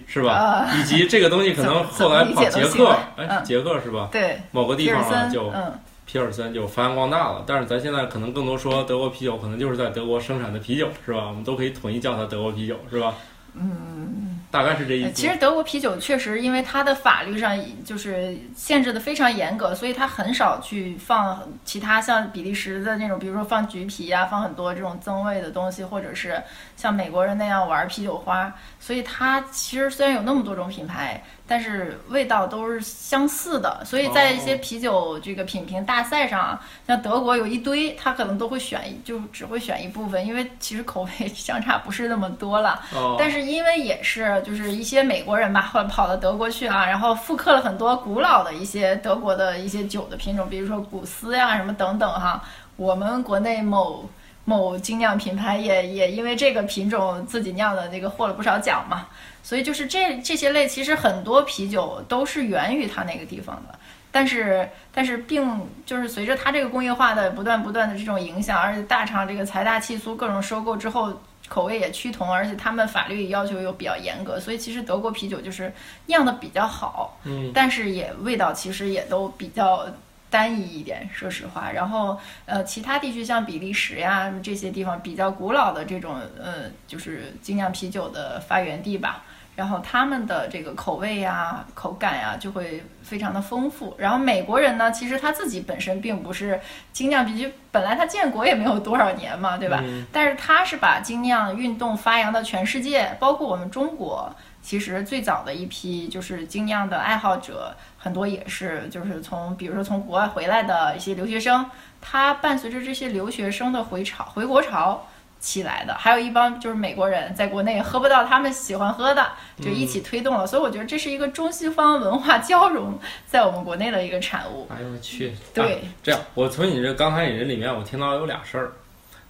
[SPEAKER 2] 是
[SPEAKER 3] 呃
[SPEAKER 2] 吧？以及这个
[SPEAKER 3] [laughs]
[SPEAKER 2] 东西可能
[SPEAKER 3] 啊怎
[SPEAKER 2] 后
[SPEAKER 3] 么
[SPEAKER 2] 来
[SPEAKER 3] 理
[SPEAKER 2] 跑
[SPEAKER 3] 解
[SPEAKER 2] 捷
[SPEAKER 3] 都行
[SPEAKER 2] 克
[SPEAKER 3] 吧，
[SPEAKER 2] 哎，
[SPEAKER 3] 嗯
[SPEAKER 2] 捷克是吧？
[SPEAKER 3] 对，
[SPEAKER 2] 某个地
[SPEAKER 3] 皮尔
[SPEAKER 2] 方啊，
[SPEAKER 3] 森，
[SPEAKER 2] 就
[SPEAKER 3] 嗯，
[SPEAKER 2] 皮尔森就发扬光大了。但是咱现在可能更多说德国啤酒，可能就是在德国生产的啤酒，是吧？我们都可以统一叫它德国啤酒，是吧？嗯，大概是这意思。
[SPEAKER 3] 呃其实德国啤酒确实，因为它的法律上就是限制的非常严格，所以它很少去放其他像比利时的那种，比如说放橘皮啊，放很多这种增味的东西，或者是像美国人那样玩啤酒花。所以它其实虽然有那么多种品牌，但是味道都是相似的。所以在一些啤酒这个品评大赛上啊，像德国有一堆，它可能都会选一，就只会选一部分，因为其实口味相差不是那么多了。
[SPEAKER 2] 哦，
[SPEAKER 3] 但是因为也是就是一些美国人吧，后来跑到德国去啊，然后复刻了很多古老的一些德国的一些酒的品种，比如说古斯呀、什么等等哈。我们国内某某精酿品牌也也因为这个品种自己酿的那个获了不少奖嘛。所以就是这这些类，其实很多啤酒都是源于它那个地方的。但是，但是并就是随着它这个工业化的不断不断的这种影响，而且大厂这个财大气粗，各种收购之后，口味也趋同，而且他们法律要求又比较严格，所以其实德国啤酒就是酿的比较好，
[SPEAKER 2] 嗯，
[SPEAKER 3] 但是也味道其实也都比较单一一点，说实话。然后呃，其他地区像比利时呀这些地方比较古老的这种呃，就是精酿啤酒的发源地吧。然后他们的这个口味呀、口感呀、就会非常的丰富。然后美国人呢，其实他自己本身并不是精酿啤酒，本来他建国也没有多少年嘛，对吧？
[SPEAKER 2] 嗯
[SPEAKER 3] 但是他是把精酿运动发扬到全世界，包括我们中国。其实最早的一批就是精酿的爱好者，很多也是就是从比如说从国外回来的一些留学生，他伴随着这些留学生的回潮回国潮起来的，还有一帮就是美国人在国内喝不到他们喜欢喝的，就一起推动了。所以我觉得这是一个中西方文化交融在我们国内的一个产物。
[SPEAKER 2] 哎呦我去，
[SPEAKER 4] 啊
[SPEAKER 3] 对，
[SPEAKER 2] 这样，我从你这刚才你这里面，我听到有俩事儿。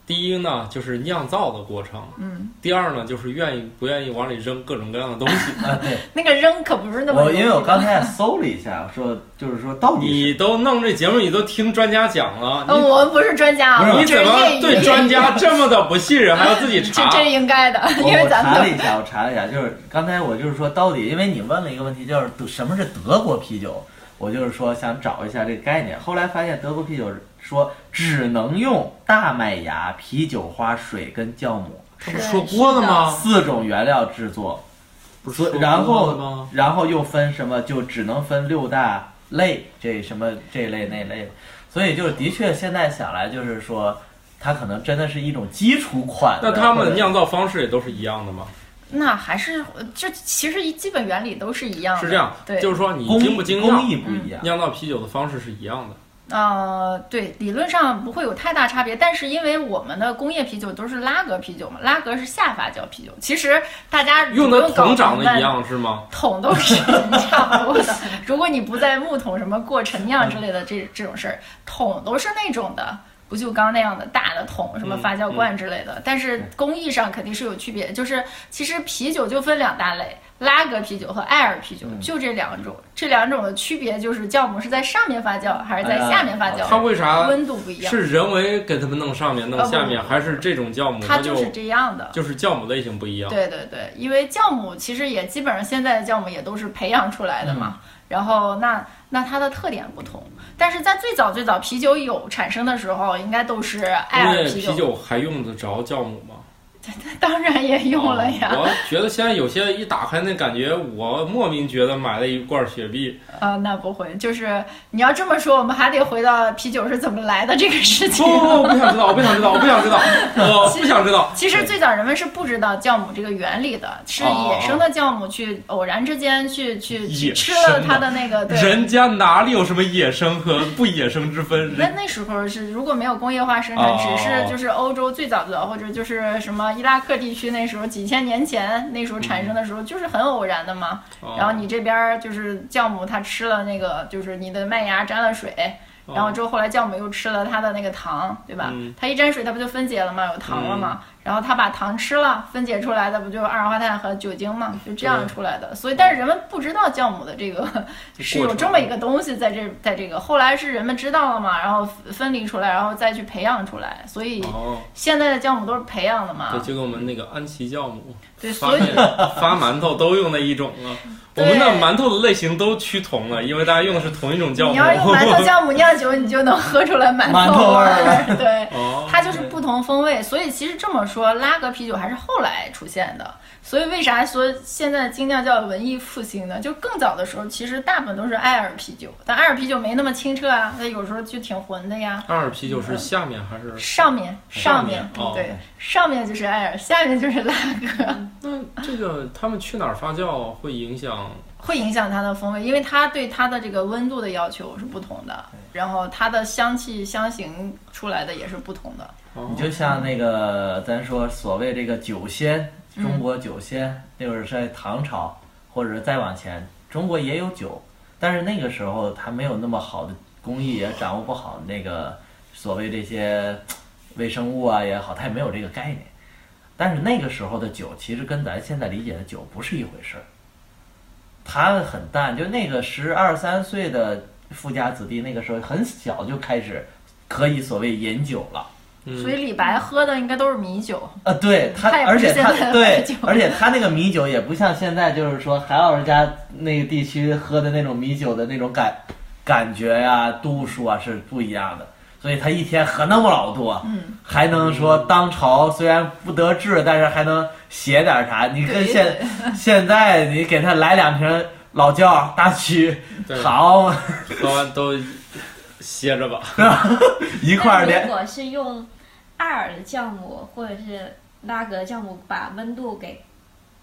[SPEAKER 2] 第一呢，就是酿造的过程；
[SPEAKER 3] 嗯，
[SPEAKER 2] 第二呢，就是愿意不愿意往里扔各种各样的东
[SPEAKER 3] [laughs]
[SPEAKER 2] 西。
[SPEAKER 4] 啊，对，
[SPEAKER 3] 那个扔可不是那么
[SPEAKER 4] 我
[SPEAKER 3] 容易
[SPEAKER 4] 因为我
[SPEAKER 3] 的
[SPEAKER 4] 刚才也搜了一下，说就是说到底
[SPEAKER 2] 你都弄这节目，你都听专家讲了，
[SPEAKER 3] 呃我们不是专家啊，我
[SPEAKER 2] 你
[SPEAKER 3] 们
[SPEAKER 2] 你
[SPEAKER 3] 只是
[SPEAKER 2] 怎么
[SPEAKER 3] 业余
[SPEAKER 2] 对
[SPEAKER 3] [laughs]
[SPEAKER 2] 专家这么的不信任，还要自己
[SPEAKER 3] 这
[SPEAKER 2] 查？哦
[SPEAKER 3] 这应该的，
[SPEAKER 4] 我
[SPEAKER 3] 因为
[SPEAKER 4] 我
[SPEAKER 3] 咱
[SPEAKER 4] 查了
[SPEAKER 3] 们
[SPEAKER 4] 一下，我查了一下，就是刚才我就是说到底，因为你问了一个问题，就是德什么是德国啤酒，我就是说想找一下这个概念。后来发现德国啤酒说只能用大麦芽、啤酒花、水跟酵母
[SPEAKER 2] 他不是说过了吗？
[SPEAKER 4] 四种原料制作，
[SPEAKER 2] 不是说过
[SPEAKER 4] 然
[SPEAKER 2] 了
[SPEAKER 4] 后
[SPEAKER 2] 吗？
[SPEAKER 4] 然后又分什么，就只能分六大类，这什么这类那类，所以就是的确现在想来就是说。它可能真的是一种基础款的，
[SPEAKER 2] 那他
[SPEAKER 4] 或
[SPEAKER 2] 们
[SPEAKER 4] 者
[SPEAKER 2] 酿造方式也都是一样的吗？
[SPEAKER 3] 那还是这其实一基本原理都是一样的。
[SPEAKER 2] 是这样，
[SPEAKER 3] 对，
[SPEAKER 2] 就是说你
[SPEAKER 4] 工
[SPEAKER 2] 精
[SPEAKER 4] 艺
[SPEAKER 2] 不嗯精
[SPEAKER 4] 工
[SPEAKER 2] 酿
[SPEAKER 4] 艺，不一样。
[SPEAKER 2] 酿造啤酒的方式是一样的。
[SPEAKER 3] 呃，对，理论上不会有太大差别，但是因为我们的工业啤酒都是拉格啤酒嘛，拉格是下发酵啤酒，其实大家
[SPEAKER 2] 用
[SPEAKER 3] 不
[SPEAKER 2] 的
[SPEAKER 3] 搞
[SPEAKER 2] 桶长
[SPEAKER 3] 明
[SPEAKER 2] 得
[SPEAKER 3] 白
[SPEAKER 2] 一，样是吗？
[SPEAKER 3] 桶都是 [laughs] 差不多的。如果你不在木桶什么过陈酿之类的这这种事儿，桶都是那种的。不锈钢那样的大的桶，什么
[SPEAKER 2] 嗯
[SPEAKER 3] 发酵罐之类的，但是工艺上肯定是有区别。就是其实啤酒就分两大类，拉格啤酒和艾尔啤酒，
[SPEAKER 4] 嗯
[SPEAKER 3] 就这两种。这两种的区别就是酵母是在上面发酵还是在
[SPEAKER 4] 哎呀
[SPEAKER 3] 下面发酵。
[SPEAKER 2] 它为啥
[SPEAKER 3] 温度不一样，
[SPEAKER 2] 是人为给他们弄上面弄
[SPEAKER 3] 呃不
[SPEAKER 2] 下
[SPEAKER 3] 不
[SPEAKER 2] 面，还是这种酵母
[SPEAKER 3] 它
[SPEAKER 2] 就
[SPEAKER 3] 就是这样的。
[SPEAKER 2] 就是酵母类型不一样？
[SPEAKER 3] 对对对，因为酵母其实也基本上现在的酵母也都是培养出来的嘛，
[SPEAKER 2] 嗯
[SPEAKER 3] 然后那那它的特点不同，但是在最早最早啤酒有产生的时候，应该都是艾
[SPEAKER 2] 工
[SPEAKER 3] 尔
[SPEAKER 2] 业
[SPEAKER 3] 啤
[SPEAKER 2] 啤酒还用得着酵母吗？
[SPEAKER 3] 当然也用了
[SPEAKER 2] 啊
[SPEAKER 3] 呀，
[SPEAKER 2] 我觉得现在有些一打开那感觉，我莫名觉得买了一罐雪
[SPEAKER 3] [laughs]
[SPEAKER 2] 碧。
[SPEAKER 3] 啊、那不会，就是你要这么说，我们还得回到啤酒是怎么来的这个事情
[SPEAKER 2] 不。不哦不，我不想知道，我不想知道，我不想
[SPEAKER 3] [laughs]
[SPEAKER 2] 知道，我不想知道。
[SPEAKER 3] 其实最早人们是不知道酵母这个原理的，是
[SPEAKER 2] 哦
[SPEAKER 3] 野生的酵母去偶然之间去去去
[SPEAKER 2] 野
[SPEAKER 3] 吃
[SPEAKER 2] 生
[SPEAKER 3] 了
[SPEAKER 2] 的
[SPEAKER 3] 它的那个对
[SPEAKER 2] 人家哪里有什么野生和不野生之分？
[SPEAKER 3] 那
[SPEAKER 2] 人
[SPEAKER 3] 那时候是如果没有工业化生产，
[SPEAKER 2] 哦
[SPEAKER 3] 只是就是欧洲最早的或者就是什么伊拉克地区那时候几千年前那时候
[SPEAKER 2] 嗯
[SPEAKER 3] 产生的时候，就是很偶然的嘛。
[SPEAKER 2] 哦
[SPEAKER 3] 然后你这边儿就是酵母，它吃了那个就是你的麦芽沾了水，
[SPEAKER 2] 哦
[SPEAKER 3] 然后之后后来酵母又吃了它的那个糖，对吧
[SPEAKER 2] 嗯？
[SPEAKER 3] 它一沾水，它不就分解了吗？有糖了嘛？然后它把糖吃了，分解出来的不就二氧化碳和酒精嘛？就这样
[SPEAKER 2] 嗯对嗯
[SPEAKER 3] 出来的。所以，但是人们不知道酵母的这个 [laughs] 是有
[SPEAKER 2] 啊
[SPEAKER 3] 这么一个东西在这，在这个后来是人们知道了嘛，然后分离出来，然后再去培养出来。所以
[SPEAKER 2] 哦，
[SPEAKER 3] 现在的酵母都是培养的嘛
[SPEAKER 2] 对，？就跟我们那个安琪酵母
[SPEAKER 3] 对，
[SPEAKER 2] 发
[SPEAKER 3] 所以
[SPEAKER 2] 面发馒头都用那一种啊。我
[SPEAKER 3] 对
[SPEAKER 2] 们的馒头的类型都趋同了，因为大家用的是同一种酵
[SPEAKER 3] 你
[SPEAKER 2] [laughs]
[SPEAKER 3] 要用馒头
[SPEAKER 2] 母。
[SPEAKER 3] 酵母酿酒，你就能喝出来馒
[SPEAKER 4] 馒头
[SPEAKER 3] 味
[SPEAKER 4] 味
[SPEAKER 3] 儿。对，
[SPEAKER 2] 哦，
[SPEAKER 3] 它就是不同风味，所以其实这么说，拉格啤酒还是后来出现的。所以为啥说现在精酿叫文艺复兴呢？就更早的时候，其实大部分都是艾尔啤酒，但艾尔啤酒没那么清澈啊，它有时候就挺浑的呀。
[SPEAKER 2] [laughs] 二啤酒是下面还是？
[SPEAKER 3] 上面上面
[SPEAKER 2] 上面哦
[SPEAKER 3] 对，上面就是艾尔，下面就是拉格， [laughs]
[SPEAKER 2] 那这个他们去哪儿发酵会影响？
[SPEAKER 3] 会影响它的风味，因为它对它的这个温度的要求是不同的，然后它的香气香型出来的也是不同的。
[SPEAKER 2] 哦
[SPEAKER 4] 你就像那个咱说所谓这个酒仙，中国酒仙，那会儿是在唐朝，或者是再往前，中国也有酒，但是那个时候它没有那么好的工艺，也掌握不好那个所谓这些微生物啊也好，它也没有这个概念。但是那个时候的酒，其实跟咱现在理解的酒不是一回事儿，它很淡，就那个十二三岁的富家子弟，那个时候很小就开始可以所谓饮酒了。
[SPEAKER 3] 所以李白喝的应该都是米酒，
[SPEAKER 4] 呃，对他
[SPEAKER 3] 他也，不
[SPEAKER 4] 而且
[SPEAKER 3] 是现在
[SPEAKER 4] 他
[SPEAKER 3] 的
[SPEAKER 4] 对
[SPEAKER 3] 酒，
[SPEAKER 4] 而且他那个米酒也不像现在，就是说海老师家那个地区喝的那种米酒的那种感感觉呀、度数啊是不一样的，所以他一天喝那么老多，
[SPEAKER 3] 嗯，
[SPEAKER 4] 还能说当朝虽然不得志，但是还能写点啥。你跟
[SPEAKER 3] 对
[SPEAKER 4] 现现在你给他来两瓶老窖大曲，
[SPEAKER 2] 对
[SPEAKER 4] 好
[SPEAKER 2] 喝完都歇着吧。
[SPEAKER 4] 一块儿
[SPEAKER 6] 如
[SPEAKER 4] 连
[SPEAKER 6] 果是用艾尔的酵母或者是拉格酵母把温度给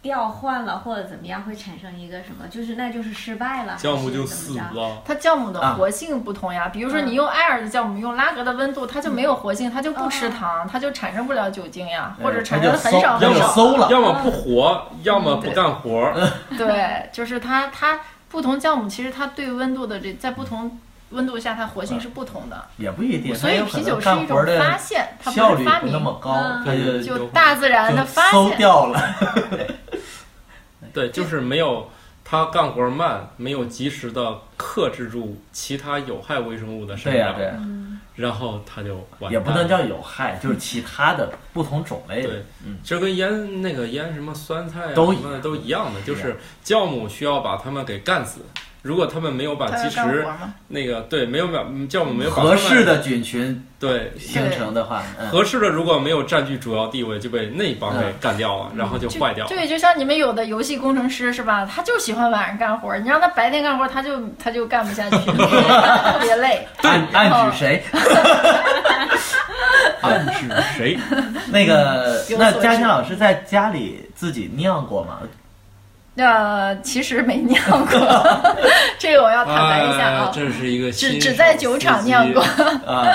[SPEAKER 6] 调换了或者怎么样，会产生一个什么？就是那就是失败了，
[SPEAKER 2] 酵母就
[SPEAKER 6] 还是
[SPEAKER 2] 死
[SPEAKER 6] 怎么着？
[SPEAKER 2] 了。
[SPEAKER 3] 它酵母的
[SPEAKER 4] 啊
[SPEAKER 3] 活性不同呀。比如说你用艾尔的酵母，用拉格的温度，它就没有活性，它就不吃糖，它就产生不了酒精呀，
[SPEAKER 4] 嗯
[SPEAKER 3] 或者产生的很少
[SPEAKER 4] 它
[SPEAKER 3] 很
[SPEAKER 4] 就
[SPEAKER 3] 少。嗯
[SPEAKER 4] 馊了
[SPEAKER 2] 要么不活，要么不
[SPEAKER 3] 对
[SPEAKER 2] 干活儿。
[SPEAKER 3] 对，就是它它不同酵母其实它对温度的这在不同温度下它活性是不同的，
[SPEAKER 4] 嗯也不一定，
[SPEAKER 3] 所
[SPEAKER 4] 他
[SPEAKER 3] 以
[SPEAKER 4] 有可
[SPEAKER 3] 啤
[SPEAKER 4] 能
[SPEAKER 3] 酒是
[SPEAKER 4] 干
[SPEAKER 3] 一
[SPEAKER 4] 活
[SPEAKER 3] 种
[SPEAKER 4] 的
[SPEAKER 3] 发现，它
[SPEAKER 4] 效
[SPEAKER 3] 不
[SPEAKER 4] 率
[SPEAKER 3] 是发
[SPEAKER 4] 不那
[SPEAKER 3] 明
[SPEAKER 4] 么。高，
[SPEAKER 6] 嗯
[SPEAKER 4] 他就
[SPEAKER 3] 就大自然的啊发
[SPEAKER 4] 馊
[SPEAKER 3] 现，
[SPEAKER 4] 掉了。
[SPEAKER 2] 对，就是没有他干活慢，没有及时的克制住其他有害微生物的生
[SPEAKER 4] 对呀、
[SPEAKER 2] 长，
[SPEAKER 4] 对、呀，
[SPEAKER 2] 然后他就完蛋了
[SPEAKER 4] 也不能叫有害，就是其他的不同种类的
[SPEAKER 2] 对。，这哎跟腌那个腌什么酸菜啊
[SPEAKER 4] 都
[SPEAKER 2] 什么的都一样的，就
[SPEAKER 4] 一
[SPEAKER 2] 是酵母需要把它们给干死。如果他们没有把
[SPEAKER 3] 它
[SPEAKER 2] 其
[SPEAKER 3] 要干活
[SPEAKER 2] 实
[SPEAKER 3] 嘛。
[SPEAKER 2] 那个对没有把嗯酵母没有把它
[SPEAKER 4] 合
[SPEAKER 2] 们
[SPEAKER 4] 适的菌群
[SPEAKER 2] 对
[SPEAKER 4] 形成的话，嗯，
[SPEAKER 2] 合适的如果没有占据主要地位就被那帮给
[SPEAKER 4] 嗯
[SPEAKER 2] 干掉了，然后就
[SPEAKER 3] 就
[SPEAKER 2] 坏掉了。
[SPEAKER 3] 对，就像你们有的游戏工程师是吧？他就喜欢晚上干活，你让他白天干活，他就他就 [laughs] 哦干不下去，特别累。
[SPEAKER 4] 暗暗指谁？
[SPEAKER 2] 暗指
[SPEAKER 3] [laughs]
[SPEAKER 2] 谁？
[SPEAKER 4] 那个，
[SPEAKER 3] 嗯有
[SPEAKER 4] 那
[SPEAKER 3] 所
[SPEAKER 4] 嘉
[SPEAKER 3] 指
[SPEAKER 4] 欣老师在家里自己酿
[SPEAKER 3] [laughs]
[SPEAKER 4] 过吗？
[SPEAKER 3] 呃，其实没酿过，
[SPEAKER 2] [laughs]
[SPEAKER 3] 这个我要坦白一下啊
[SPEAKER 2] 哎，这是一个
[SPEAKER 3] 只
[SPEAKER 2] 新
[SPEAKER 3] 只
[SPEAKER 2] 手
[SPEAKER 3] 在酒厂
[SPEAKER 2] 司机
[SPEAKER 3] 酿过，
[SPEAKER 4] 啊、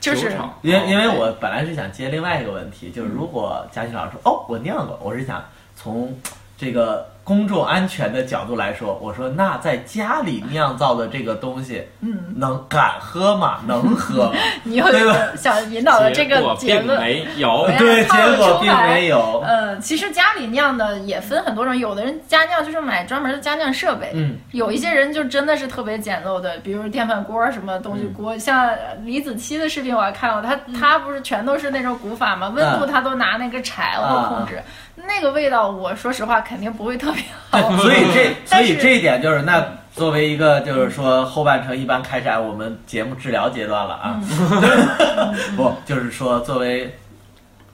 [SPEAKER 3] 就
[SPEAKER 2] 酒
[SPEAKER 3] 是
[SPEAKER 2] 厂
[SPEAKER 4] 因为因为我本来是想接另外一个问题，就是如果嘉欣老师说哦我酿过，我是想从这个公众安全的角度来说，我说那在家里酿造的这个东西，
[SPEAKER 3] 嗯，
[SPEAKER 4] 能敢喝吗？能喝吗？
[SPEAKER 3] 你有
[SPEAKER 4] 对吧
[SPEAKER 3] 想引导的这
[SPEAKER 2] 哦结果
[SPEAKER 3] 个结
[SPEAKER 2] 并
[SPEAKER 3] 论。
[SPEAKER 2] 没有哦
[SPEAKER 3] 哎呀
[SPEAKER 4] 哦对，
[SPEAKER 3] 看得
[SPEAKER 4] 结果
[SPEAKER 3] 出
[SPEAKER 4] 并
[SPEAKER 3] 来
[SPEAKER 4] 没有。
[SPEAKER 3] 呃，其实家里酿的也分很多种，有的人家酿就是买专门的家酿设备，
[SPEAKER 4] 嗯，
[SPEAKER 3] 有一些人就真的是特别简陋的，比如电饭锅儿什么东西
[SPEAKER 4] 嗯。
[SPEAKER 3] 锅，像李子柒的视频我还看过，他
[SPEAKER 2] 嗯
[SPEAKER 3] 他不是全都是那种古法嘛，温度他都拿那个柴火
[SPEAKER 2] 啊
[SPEAKER 3] 控制，那个味道我说实话肯定不会特别好
[SPEAKER 2] [laughs]
[SPEAKER 4] 所以这，所
[SPEAKER 3] 哦但是
[SPEAKER 4] 以这一点就是，那作为一个就是说后半程一般开展我们节目治疗阶段了啊，
[SPEAKER 3] 嗯
[SPEAKER 4] [laughs] 不就是说作为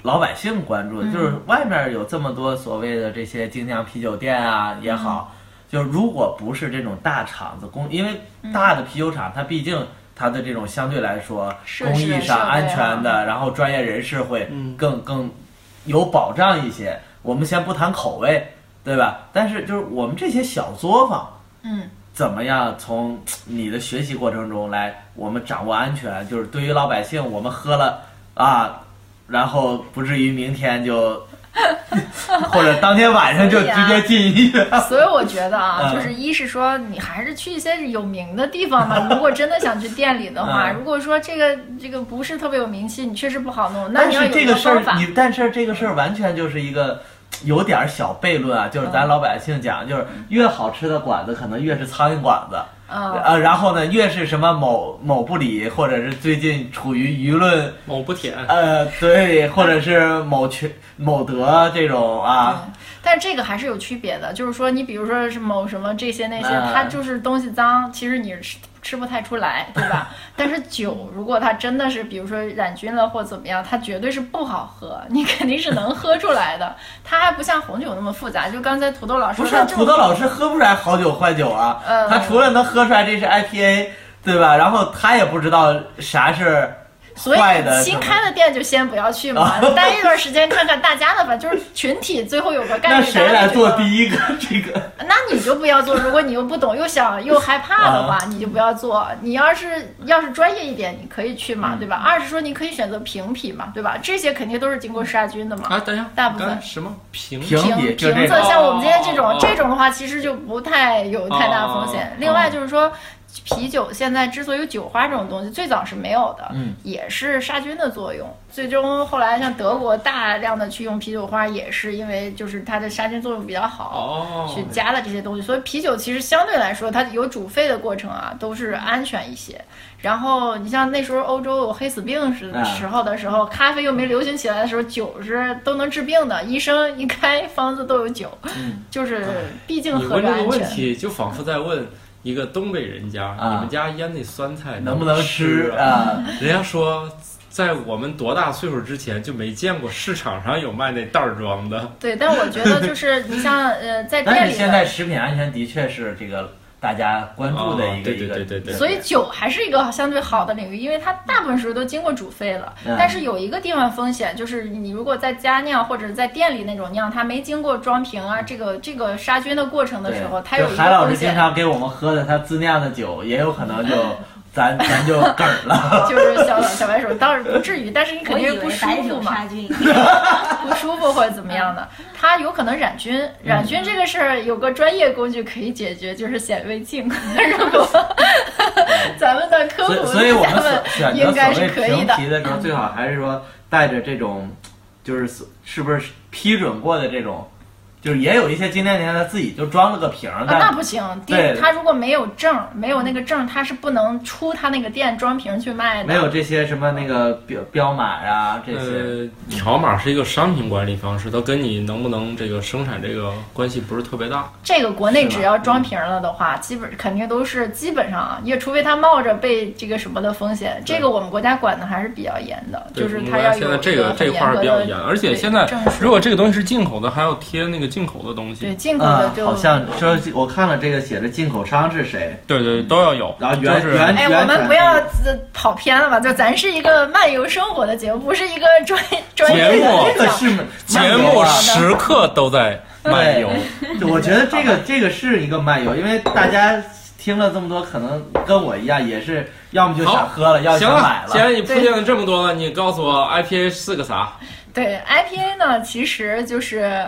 [SPEAKER 4] 老百姓关
[SPEAKER 3] 嗯
[SPEAKER 4] 注的，就是外面有这么多所谓的这些精酿啤酒店啊也
[SPEAKER 3] 嗯
[SPEAKER 4] 好，就是如果不是这种大厂子工，因为
[SPEAKER 3] 嗯
[SPEAKER 4] 大的啤酒厂它毕竟。它的这种相对来说，
[SPEAKER 3] 设施
[SPEAKER 4] 工艺上
[SPEAKER 3] 设备啊
[SPEAKER 4] 安全的，然后专业人士会
[SPEAKER 2] 嗯
[SPEAKER 4] 更更有保障一些。我们先不谈口味，对吧？但是就是我们这些小作坊，
[SPEAKER 3] 嗯，
[SPEAKER 4] 怎么样从你的学习过程中来，我们掌握安全，就是对于老百姓，我们喝了啊，然后不至于明天就， [laughs] 或者当天晚上就
[SPEAKER 3] 对呀
[SPEAKER 4] 直接进医院。
[SPEAKER 3] 所以我觉得啊，
[SPEAKER 4] 嗯
[SPEAKER 3] 就是一是说你还是去一些有名的地方
[SPEAKER 4] [laughs]
[SPEAKER 3] 吧。如果真的想去店里的话，
[SPEAKER 4] 嗯
[SPEAKER 3] 如果说这个这个不是特别有名气，你确实不好弄，那
[SPEAKER 4] 但
[SPEAKER 3] 你要
[SPEAKER 4] 是
[SPEAKER 3] 有
[SPEAKER 4] 这
[SPEAKER 3] 一
[SPEAKER 4] 个事
[SPEAKER 3] 方
[SPEAKER 4] 儿
[SPEAKER 3] 法，。
[SPEAKER 4] 你但是这个事儿完全就是一个。有点儿小悖论啊，就是
[SPEAKER 3] 嗯
[SPEAKER 4] 咱老百姓讲，就是越好吃的馆子，可能越是苍蝇馆子。
[SPEAKER 3] 嗯，
[SPEAKER 4] 呃，然后呢，越是什么某某不理，或者是最近处于舆论
[SPEAKER 2] 某
[SPEAKER 3] [laughs]
[SPEAKER 2] 不
[SPEAKER 3] 啊
[SPEAKER 2] 舔。
[SPEAKER 4] 呃对，或者是某群某德这种啊，
[SPEAKER 3] 但这个还是有区别的，就是说你比如说是某什么这些那些，
[SPEAKER 4] 嗯
[SPEAKER 3] 它就是东西脏，其实你吃吃不太出来，对
[SPEAKER 4] [laughs]
[SPEAKER 3] 吧？但是酒如果它真的是比如说染菌了或怎么样，它绝对是不好喝，你肯定是能喝出来的。它还不像红酒那么复杂，就刚才土豆老师
[SPEAKER 4] 不
[SPEAKER 3] 说
[SPEAKER 4] 是啊
[SPEAKER 3] 的这种
[SPEAKER 4] 土豆老师喝不出来好酒坏酒啊，
[SPEAKER 3] 嗯
[SPEAKER 4] 他除了能喝出来这是 IPA，对吧？然后他也不知道啥是
[SPEAKER 3] 所以
[SPEAKER 4] 坏的哦什
[SPEAKER 3] 新
[SPEAKER 4] 么
[SPEAKER 3] 开的店就先不要去
[SPEAKER 4] [laughs]
[SPEAKER 3] 嘛，待一段时间看看大家的 [laughs] 吧，就是群体最后有个概
[SPEAKER 4] 那
[SPEAKER 3] 率。
[SPEAKER 4] 谁来做
[SPEAKER 3] 一？
[SPEAKER 4] 第一个这个？
[SPEAKER 3] 那你就不要做，如果你又不懂又想又害怕的
[SPEAKER 4] 啊
[SPEAKER 3] 话，你就不要做。你要是要是专业一点，你可以去
[SPEAKER 4] 嗯
[SPEAKER 3] 嘛，对吧？二是说你可以选择平啤嘛，对吧？这些肯定都是经过杀菌的嘛。
[SPEAKER 2] 啊，等一下，
[SPEAKER 3] 大部分
[SPEAKER 2] 刚才什么平
[SPEAKER 4] 嗯平
[SPEAKER 3] 瓶
[SPEAKER 4] 底就
[SPEAKER 3] 瓶
[SPEAKER 4] 这
[SPEAKER 3] 子
[SPEAKER 4] 种
[SPEAKER 3] 像我们今天这种
[SPEAKER 2] 哦
[SPEAKER 3] 这种的话，其实就不太有太大风险
[SPEAKER 2] 哦。
[SPEAKER 3] 另外就是说，啤酒现在之所以有酒花这种东西，最早是没有的
[SPEAKER 4] 嗯，
[SPEAKER 3] 也是杀菌的作用。最终后来像德国大量的去用啤酒花，也是因为就是它的杀菌作用比较好。
[SPEAKER 2] 哦，
[SPEAKER 3] 去加的这些东西，所以啤酒其实相对来说，它有煮沸的过程啊，都是安全一些。然后你像那时候欧洲有黑死病时
[SPEAKER 4] 嗯
[SPEAKER 3] 时候的时候，咖啡又没流行起来的时候，酒是都能治病的，医生一开方子都有酒，就是毕竟
[SPEAKER 2] 嗯哎 [laughs] 你
[SPEAKER 3] 喝
[SPEAKER 2] 问
[SPEAKER 3] 着
[SPEAKER 2] 这个
[SPEAKER 3] 安
[SPEAKER 2] 问
[SPEAKER 3] 全。
[SPEAKER 2] 题，就仿佛在问一个东北人家，
[SPEAKER 4] 啊
[SPEAKER 2] 你们家腌那酸菜
[SPEAKER 4] 能不能吃
[SPEAKER 2] 嗯吃？
[SPEAKER 4] 啊？
[SPEAKER 3] 嗯
[SPEAKER 2] 人家说，在我们多大岁数之前就没见过市场上有卖那袋儿装的。
[SPEAKER 3] 对，但我觉得就是你像呃，
[SPEAKER 2] [laughs]
[SPEAKER 3] 在
[SPEAKER 4] 但
[SPEAKER 3] 店
[SPEAKER 4] 是
[SPEAKER 3] 里
[SPEAKER 4] 现在
[SPEAKER 3] 的。
[SPEAKER 4] 食品安全的确是这个大家关注的一个
[SPEAKER 2] 哦对
[SPEAKER 4] 一个，
[SPEAKER 2] 对对对对
[SPEAKER 3] 所以酒还是一个相对好的领域，因为它大部分时候都经过煮沸了。
[SPEAKER 4] 嗯
[SPEAKER 3] 但是有一个地方风险，就是你如果在家酿或者在店里那种酿，它没经过装瓶啊，这个这个杀菌的过程的时候，它有
[SPEAKER 4] 就
[SPEAKER 3] 一
[SPEAKER 4] 韩
[SPEAKER 3] 个
[SPEAKER 4] 老
[SPEAKER 3] 风
[SPEAKER 4] 师经
[SPEAKER 3] 险，
[SPEAKER 4] 常给我们喝的他自酿的酒，也有
[SPEAKER 3] [laughs]
[SPEAKER 4] 可能就咱咱就梗儿了。
[SPEAKER 3] 就是小小白鼠，当然不至于，但是你肯
[SPEAKER 6] 我以
[SPEAKER 3] 定是
[SPEAKER 6] 为
[SPEAKER 3] 不舒
[SPEAKER 6] 白
[SPEAKER 3] 服
[SPEAKER 6] 酒
[SPEAKER 3] 嘛。
[SPEAKER 6] 杀菌，
[SPEAKER 3] 不舒服或者怎么
[SPEAKER 6] [laughs]
[SPEAKER 3] 样的，它有可能染菌。染
[SPEAKER 4] 嗯
[SPEAKER 3] 菌这个事儿有个专业工具可以解决，就是显微镜。 [laughs] 如果 [laughs] 咱们的科普
[SPEAKER 4] 嗯所以，所以我们
[SPEAKER 3] 咱们
[SPEAKER 4] 所选择
[SPEAKER 3] 应该
[SPEAKER 4] 所
[SPEAKER 3] 是可
[SPEAKER 4] 谓
[SPEAKER 3] 以的嗯
[SPEAKER 4] 评。题的时候，最好还是说带着这种，就是所是不是批准过的这种，就是也有一些精酿店他自己就装了个瓶儿，
[SPEAKER 3] 啊，那
[SPEAKER 4] 但
[SPEAKER 3] 不行，第
[SPEAKER 4] 对
[SPEAKER 3] 他如果没有证儿，没有那个证儿，他是不能出他那个店装瓶去卖的。
[SPEAKER 4] 没有这些什么那个标标码呀、这些。
[SPEAKER 2] 呃，条码是一个商品管理方式，它跟你能不能这个生产这个关系不是特别大。
[SPEAKER 3] 这个国内
[SPEAKER 4] 是吧
[SPEAKER 3] 只
[SPEAKER 2] 嗯
[SPEAKER 3] 要装瓶了的话，基本肯定都是基本上啊，也除非他冒着被这个什么的风险，
[SPEAKER 2] 对
[SPEAKER 3] 这个我们国家管的还是比较严的，
[SPEAKER 2] 对
[SPEAKER 3] 就是
[SPEAKER 2] 我们
[SPEAKER 3] 他
[SPEAKER 2] 国家
[SPEAKER 3] 要有
[SPEAKER 2] 现在这
[SPEAKER 3] 一
[SPEAKER 2] 个
[SPEAKER 3] 很
[SPEAKER 2] 这
[SPEAKER 3] 严
[SPEAKER 2] 块儿
[SPEAKER 3] 格
[SPEAKER 2] 比较
[SPEAKER 3] 的
[SPEAKER 2] 严，而且
[SPEAKER 3] 对
[SPEAKER 2] 现在
[SPEAKER 3] 证书
[SPEAKER 2] 如果这个东西是进口的，还要贴那个进口的东西
[SPEAKER 3] 对，进口
[SPEAKER 4] 啊
[SPEAKER 3] 的，就
[SPEAKER 4] 好像说我看了这个写着进口商是谁，
[SPEAKER 2] 对对都要有。
[SPEAKER 4] 然后
[SPEAKER 2] 就
[SPEAKER 4] 原
[SPEAKER 2] 是
[SPEAKER 4] 原
[SPEAKER 3] 哎，
[SPEAKER 4] 原
[SPEAKER 3] 我们
[SPEAKER 4] 产
[SPEAKER 3] 不要
[SPEAKER 4] 地
[SPEAKER 3] 呃跑偏了吧？就咱是一个漫游生活的节目，不是一个专专业
[SPEAKER 2] 节目
[SPEAKER 3] 的那
[SPEAKER 4] 这个
[SPEAKER 3] 种。
[SPEAKER 4] 是漫
[SPEAKER 2] 节
[SPEAKER 4] 游
[SPEAKER 2] 目
[SPEAKER 4] 啊
[SPEAKER 2] 时刻都在漫游，
[SPEAKER 4] 对我觉得这个这个是一个漫游，因为大家听了这么多，可能跟我一样，也是要么就
[SPEAKER 2] 好
[SPEAKER 4] 想喝了，要么
[SPEAKER 2] 行
[SPEAKER 4] 想买
[SPEAKER 2] 了，既
[SPEAKER 4] 了。哎
[SPEAKER 2] 然你铺垫了这么多了，你告诉我 IPA 是个啥？
[SPEAKER 3] 对 IPA 呢，其实就是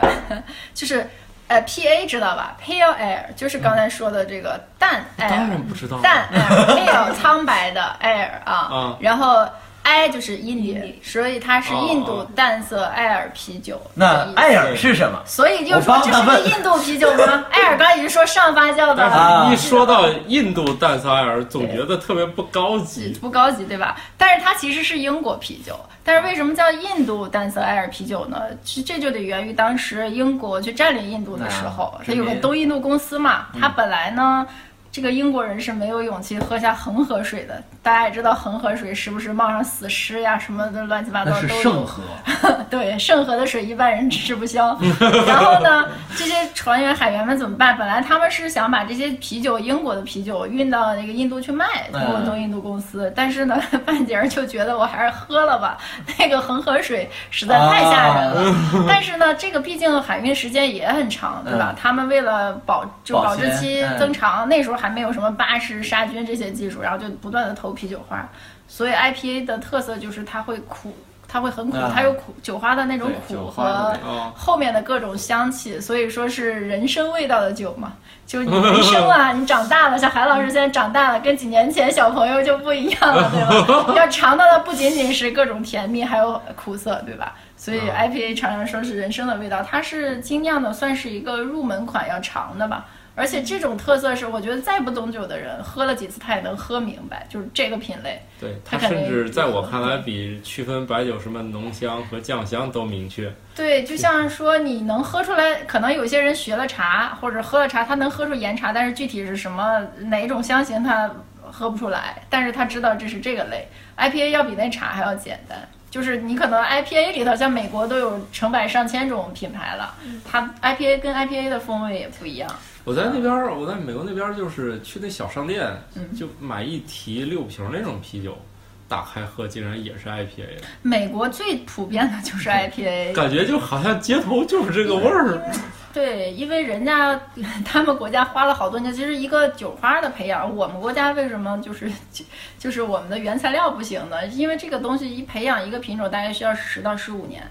[SPEAKER 3] 就是呃 PA 知道吧？Pale Ale 就是刚才说的这个淡
[SPEAKER 4] 哎
[SPEAKER 2] 嗯
[SPEAKER 3] ale，
[SPEAKER 2] 不知道
[SPEAKER 3] 淡
[SPEAKER 2] 嗯 [laughs]
[SPEAKER 3] ale，pale 苍白的 ale 啊
[SPEAKER 2] 啊，
[SPEAKER 3] 然后 I 就是印尼
[SPEAKER 6] 尼，
[SPEAKER 3] 所以它是印度
[SPEAKER 2] 哦
[SPEAKER 3] 淡色艾尔啤酒的意
[SPEAKER 4] 那
[SPEAKER 3] 思。
[SPEAKER 4] 艾尔是什么？
[SPEAKER 3] 所以就
[SPEAKER 4] 我
[SPEAKER 3] 说
[SPEAKER 4] 帮
[SPEAKER 3] 这
[SPEAKER 4] 他
[SPEAKER 3] 是
[SPEAKER 4] 问
[SPEAKER 3] 个印度啤酒吗？
[SPEAKER 2] [laughs]
[SPEAKER 3] 艾尔刚已经说上发酵的了。
[SPEAKER 4] 啊
[SPEAKER 2] 但是一说到印度淡塞尔，总觉得特别不高级。
[SPEAKER 3] 不高级，对吧？但是它其实是英国啤酒，但是为什么叫印度淡色艾尔啤酒呢？这这就得源于当时英国去占领印度的时候
[SPEAKER 4] 啊，嗯
[SPEAKER 3] 它有个
[SPEAKER 4] 殖民
[SPEAKER 3] 东印度公司嘛，它本来呢。这个英国人是没有勇气喝下恒河水的，大家也知道恒河水时不时冒上死尸呀什么的乱七八糟
[SPEAKER 4] 那
[SPEAKER 3] 都
[SPEAKER 4] 是
[SPEAKER 3] 有。
[SPEAKER 4] 圣河，
[SPEAKER 3] [laughs] 对，圣河的水一般人吃不消。然后呢，这些船员、海员们怎么办？本来他们是想把这些啤酒，英国的啤酒运到那个印度去卖，通过
[SPEAKER 4] 嗯
[SPEAKER 3] 东印度公司。但是呢， [laughs] 半截儿就觉得我还是喝了吧，那个恒河水实在太吓人了。但是呢，这个毕竟海运时间也很长，对吧？
[SPEAKER 4] 啊嗯
[SPEAKER 3] 他们为了保就
[SPEAKER 4] 保
[SPEAKER 3] 保质
[SPEAKER 4] 鲜
[SPEAKER 3] 期
[SPEAKER 4] 嗯
[SPEAKER 3] 增长，那时候还没有什么巴氏杀菌这些技术，然后就不断的投啤酒花。所以 IPA 的特色就是它会苦，它会很苦，
[SPEAKER 4] 啊
[SPEAKER 3] 它有苦酒花的那种
[SPEAKER 4] 对
[SPEAKER 3] 苦
[SPEAKER 4] 酒花的
[SPEAKER 3] 和
[SPEAKER 4] 那
[SPEAKER 2] 哦，
[SPEAKER 3] 后面的各种香气，所以说是人参味道的酒嘛。就你人生啊，你长大了，像韩老师现在长大了，跟几年前小朋友就不一样了，对
[SPEAKER 4] [laughs]
[SPEAKER 3] 吧？要尝到的不仅仅是各种甜蜜，还有苦涩，对吧？所
[SPEAKER 4] 啊
[SPEAKER 3] 以 IPA 常常说是人生的味道，它是精酿的，算是一个入门款要尝的吧。而且这种特色是，我觉得再不懂酒的人喝了几次他也能喝明白，就是这个品类。
[SPEAKER 2] 对，
[SPEAKER 3] 它
[SPEAKER 2] 它
[SPEAKER 3] 肯定
[SPEAKER 2] 甚至在我看来，比区分白酒什么浓香和酱香都明确。
[SPEAKER 3] 对，就像说你能喝出来，可能有些人学了茶或者喝了茶，他能喝出岩茶，但是具体是什么哪种香型他喝不出来，但是他知道这是这个类。IPA 要比那茶还要简单，就是你可能 IPA 里头，像美国都有成百上千种品牌了，它 IPA 跟 IPA 的风味也不一样。
[SPEAKER 2] 我在那边儿，
[SPEAKER 4] 嗯
[SPEAKER 2] 我在美国那边儿，就是去那小商店
[SPEAKER 3] 嗯，
[SPEAKER 2] 就买一提六瓶那种啤酒，打开喝，竟然也是 IPA，
[SPEAKER 3] 美国最普遍的就是
[SPEAKER 4] 哎
[SPEAKER 3] IPA，
[SPEAKER 2] 感觉就好像街头就是这个味儿。
[SPEAKER 3] 对，因为人家 [laughs] 他们国家花了好多年，其实一个酒花的培养，我们国家为什么就是 [laughs] 就就是我们的原材料不行呢？因为这个东西一培养一个品种，大概需要十到十五年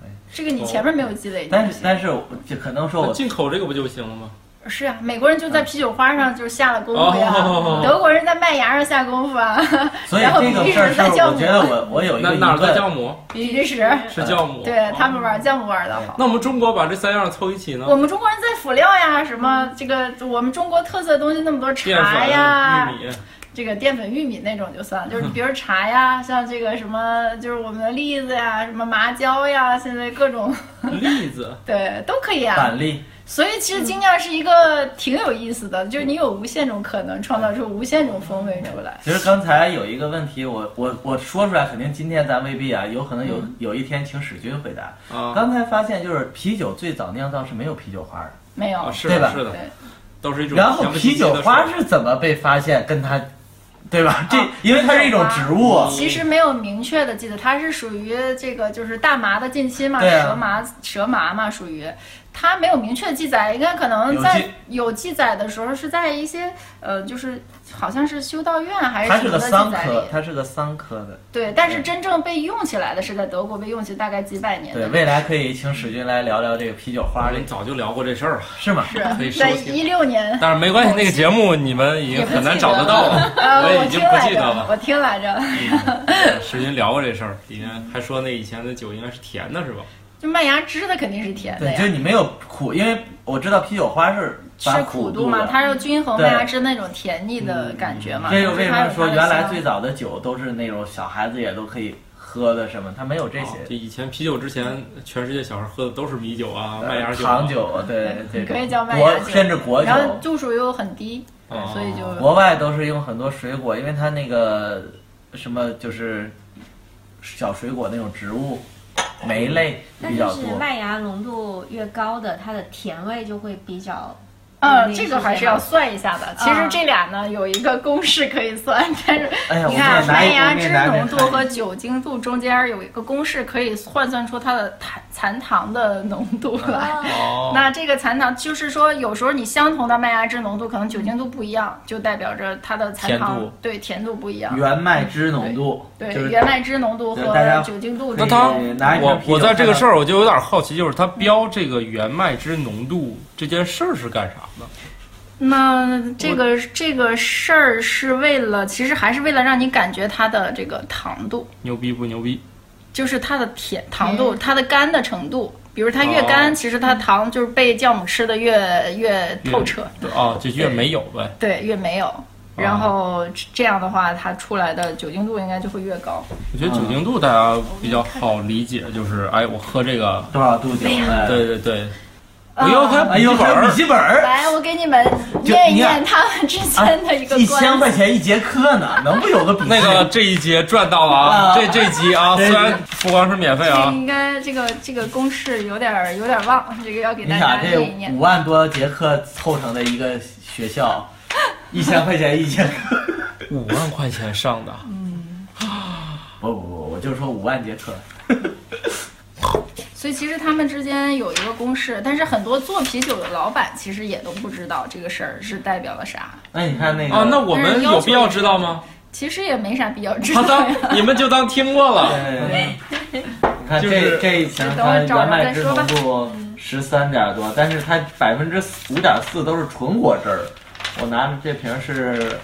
[SPEAKER 4] 对。
[SPEAKER 3] 这个你前面没有积累就
[SPEAKER 4] 哎但
[SPEAKER 3] 不
[SPEAKER 4] 是
[SPEAKER 3] 行，
[SPEAKER 4] 但是我就可能说
[SPEAKER 2] 那
[SPEAKER 4] [laughs] 我
[SPEAKER 2] 进口这个不就行了吗？
[SPEAKER 3] 是啊，美国人就在啤酒花上就是下了功夫呀，
[SPEAKER 2] 哦
[SPEAKER 3] 德国人在麦芽上下功夫啊，
[SPEAKER 4] 所以
[SPEAKER 3] 然后
[SPEAKER 4] 这个
[SPEAKER 3] 比利
[SPEAKER 4] 事儿
[SPEAKER 3] 时
[SPEAKER 4] 是
[SPEAKER 3] 在酵
[SPEAKER 4] 我
[SPEAKER 3] 母
[SPEAKER 4] 觉，得我我有一
[SPEAKER 2] 那
[SPEAKER 4] 个疑呃
[SPEAKER 2] 哪儿的酵
[SPEAKER 4] 问，
[SPEAKER 2] 母？
[SPEAKER 3] 比利时，
[SPEAKER 6] 哦
[SPEAKER 2] 是酵母。
[SPEAKER 3] 对他们玩酵母玩的好。
[SPEAKER 2] 那我们中国把这三样凑一起呢
[SPEAKER 3] 我？们中国人在辅料呀，什么这个我们中国特色的东西那么多，
[SPEAKER 2] 淀
[SPEAKER 3] 茶呀，
[SPEAKER 2] 粉、玉米，
[SPEAKER 3] 这个淀粉玉米那种就算了，就是
[SPEAKER 4] [laughs]
[SPEAKER 3] 比如茶呀，像这个什么，就是我们的栗子呀，什么麻椒呀，现在各种
[SPEAKER 2] 栗子，
[SPEAKER 3] 对都可以啊。
[SPEAKER 4] 板栗
[SPEAKER 3] 所以其实精酿是一个挺有意思的，就是你有无限种可能，创造出无限种风味出来。
[SPEAKER 4] 其实刚才有一个问题，我我我说出来，肯定今天咱未必啊，有可能有有一天请史军回答。 [laughs]
[SPEAKER 2] 啊
[SPEAKER 4] 刚才发现就是啤酒最早酿造是没有啤酒花的，
[SPEAKER 3] 没有
[SPEAKER 2] 啊，是
[SPEAKER 4] 对吧
[SPEAKER 2] 的，是的
[SPEAKER 3] 对，
[SPEAKER 2] 都是一种
[SPEAKER 4] 然后
[SPEAKER 2] 香不
[SPEAKER 4] 啤
[SPEAKER 2] 唧唧的
[SPEAKER 4] 酒花
[SPEAKER 2] 水
[SPEAKER 4] 是怎么被发现跟它，对吧？这
[SPEAKER 3] 啊
[SPEAKER 4] 因为它是一种植物，
[SPEAKER 2] 啊
[SPEAKER 3] 其实没有明确的记得，它是属于这个就是大麻的近亲嘛，
[SPEAKER 4] 对啊
[SPEAKER 3] 蛇麻蛇麻嘛，属于它没有明确记载，应该可能
[SPEAKER 4] 有
[SPEAKER 3] 在
[SPEAKER 4] 记
[SPEAKER 3] 有记载的时候是在一些呃，就是好像是修道院还是
[SPEAKER 4] 它
[SPEAKER 3] 什
[SPEAKER 4] 是
[SPEAKER 3] 么
[SPEAKER 4] 个
[SPEAKER 3] 的
[SPEAKER 4] 桑
[SPEAKER 3] 记载里
[SPEAKER 4] 科，，它是个桑科的。
[SPEAKER 3] 对，但是真正被用起来的是在德国被用起大概几百年
[SPEAKER 4] 对，
[SPEAKER 3] 的。
[SPEAKER 4] 未来可以请史军来聊聊这个啤酒花
[SPEAKER 2] 我
[SPEAKER 4] 儿
[SPEAKER 2] 们早就聊过这事
[SPEAKER 3] [laughs]
[SPEAKER 2] 儿了，
[SPEAKER 4] 是吗？
[SPEAKER 2] 可以
[SPEAKER 3] 是
[SPEAKER 2] 收
[SPEAKER 3] [laughs] 在
[SPEAKER 2] 起
[SPEAKER 3] 一六
[SPEAKER 4] [laughs]
[SPEAKER 3] 年，
[SPEAKER 2] 但是没关系，那个节目你们已经很难找得到了，
[SPEAKER 3] 呃，
[SPEAKER 2] 我
[SPEAKER 3] 我
[SPEAKER 2] 已经
[SPEAKER 3] 听
[SPEAKER 2] 不
[SPEAKER 3] 来
[SPEAKER 2] 记得
[SPEAKER 3] 着，
[SPEAKER 2] 了。
[SPEAKER 3] 我听来着，
[SPEAKER 2] 石云聊过这事儿，里面还说那以前的酒应该是甜的，是吧？
[SPEAKER 3] 就麦芽汁的肯定是甜的
[SPEAKER 4] 对，
[SPEAKER 3] 呀
[SPEAKER 4] 就。是你没有苦，因为我知道啤酒花是把
[SPEAKER 3] 是苦
[SPEAKER 4] 度
[SPEAKER 3] 度嘛，
[SPEAKER 4] 的
[SPEAKER 3] 它要均衡
[SPEAKER 4] 对
[SPEAKER 3] 麦芽汁那种甜腻的感觉嘛。
[SPEAKER 4] 这就为什
[SPEAKER 3] 它有
[SPEAKER 4] 么
[SPEAKER 3] 它
[SPEAKER 4] 说
[SPEAKER 3] 的
[SPEAKER 4] 原来
[SPEAKER 3] 香
[SPEAKER 4] 最早的酒都是那种小孩子也都可以喝的什么，它没有这
[SPEAKER 2] 哦
[SPEAKER 4] 些
[SPEAKER 2] 就以前啤酒之前，全世界小孩喝的都是米酒啊、
[SPEAKER 4] 呃
[SPEAKER 2] 麦芽酒啊、
[SPEAKER 4] 糖酒，对这
[SPEAKER 3] 哦可以
[SPEAKER 4] 种
[SPEAKER 3] 叫麦芽
[SPEAKER 4] 国
[SPEAKER 3] 酒
[SPEAKER 4] 甚至果酒
[SPEAKER 3] 然，后度数又很低，
[SPEAKER 2] 哦
[SPEAKER 3] 所以就
[SPEAKER 4] 国外都是用很多水果，因为它那个什么就是小水果那种植物，梅类
[SPEAKER 6] 但
[SPEAKER 4] 比较
[SPEAKER 6] 就是
[SPEAKER 4] 多。
[SPEAKER 6] 麦芽浓度越高的，它的甜味就会比较
[SPEAKER 3] 嗯，
[SPEAKER 6] 嗯
[SPEAKER 3] 这个还是嗯要算一下的。其实这俩呢有一个公式可以算，但是
[SPEAKER 4] 哎呀，我
[SPEAKER 3] 你
[SPEAKER 4] 们也
[SPEAKER 3] 看啊
[SPEAKER 4] 拿
[SPEAKER 3] 麦
[SPEAKER 4] 一
[SPEAKER 3] 芽
[SPEAKER 4] 我们也
[SPEAKER 3] 汁
[SPEAKER 4] 拿一
[SPEAKER 3] 浓度和
[SPEAKER 4] 看
[SPEAKER 3] 酒精度中间有一个公式可以换算出它的残残糖的浓度来。
[SPEAKER 2] 哦，
[SPEAKER 3] 那这个残糖就是说，有时候你相同的麦芽汁浓度，可能酒精度不一样，就代表着它的残糖
[SPEAKER 2] 甜度
[SPEAKER 3] 对甜度不一样。
[SPEAKER 4] 原麦汁浓度，
[SPEAKER 3] 对
[SPEAKER 4] 就是
[SPEAKER 3] 原麦汁浓度
[SPEAKER 4] 对
[SPEAKER 3] 和
[SPEAKER 4] 大家
[SPEAKER 3] 酒精度之
[SPEAKER 2] 那
[SPEAKER 4] 可以
[SPEAKER 2] 它
[SPEAKER 3] 间，
[SPEAKER 4] 拿一瓶
[SPEAKER 2] 我
[SPEAKER 4] 啤酒
[SPEAKER 2] 我在这个事
[SPEAKER 4] 看
[SPEAKER 2] 儿我就有点好奇，就是它标这个原麦汁浓度这件事儿是干啥的？
[SPEAKER 3] 那这个这个事儿是为了，其实还是为了让你感觉它的这个糖度。
[SPEAKER 2] 牛逼不牛逼？
[SPEAKER 3] 就是它的甜糖度，它的干的程度。比如它越干，
[SPEAKER 2] 哦
[SPEAKER 3] 其实它糖就是被酵母吃的越越透彻，
[SPEAKER 2] 对啊，这越没有呗。
[SPEAKER 3] 对，越没
[SPEAKER 4] 哦
[SPEAKER 3] 有。然后这样的话，它出来的酒精度应该就会越高。
[SPEAKER 2] 我觉得酒
[SPEAKER 4] 嗯
[SPEAKER 2] 精度大家比较好理解，就是哎，我喝这个，
[SPEAKER 4] 多少度酒？哎
[SPEAKER 2] 对，对对，我要还
[SPEAKER 4] 哎呦，还有笔记本儿，
[SPEAKER 3] 来，我给你们
[SPEAKER 4] 就
[SPEAKER 3] 念一
[SPEAKER 4] 你看啊
[SPEAKER 3] 念他们之间的一个
[SPEAKER 4] 一千块
[SPEAKER 3] 关系。
[SPEAKER 4] 钱一节课呢，能不有个笔记？
[SPEAKER 2] 那个这一节赚到了啊，
[SPEAKER 4] 啊
[SPEAKER 2] 这这集啊，
[SPEAKER 4] 对
[SPEAKER 2] 虽然不光是免费
[SPEAKER 3] 这
[SPEAKER 2] 啊，
[SPEAKER 3] 应该这个这个公式有点儿有点儿忘，这个要给
[SPEAKER 4] 你
[SPEAKER 3] 大
[SPEAKER 4] 想
[SPEAKER 3] 家
[SPEAKER 4] 这
[SPEAKER 3] 念一念
[SPEAKER 4] 五。万多节课凑成的一个学校，一千块钱一节课。
[SPEAKER 2] 五万块钱上的，
[SPEAKER 4] 不不不，我就说五万节课。
[SPEAKER 3] 所以其实他们之间有一个公式，但是很多做啤酒的老板其实也都不知道这个事儿是代表了啥。
[SPEAKER 4] 那你看那个
[SPEAKER 2] 啊，那我们有必要知道吗？
[SPEAKER 3] 其实也没啥必要知
[SPEAKER 2] 好
[SPEAKER 3] 道呀。
[SPEAKER 2] 的，你们就当听过了。
[SPEAKER 4] 对，你看
[SPEAKER 2] 就
[SPEAKER 4] 这
[SPEAKER 2] 是
[SPEAKER 4] 这一层，
[SPEAKER 3] 就等
[SPEAKER 4] 它
[SPEAKER 3] 我找着
[SPEAKER 4] 原麦
[SPEAKER 3] 再
[SPEAKER 4] 汁
[SPEAKER 3] 说
[SPEAKER 4] 浓
[SPEAKER 3] 吧
[SPEAKER 4] 度十三点多，但是它百分之五点四都是纯果汁儿。我拿着这瓶是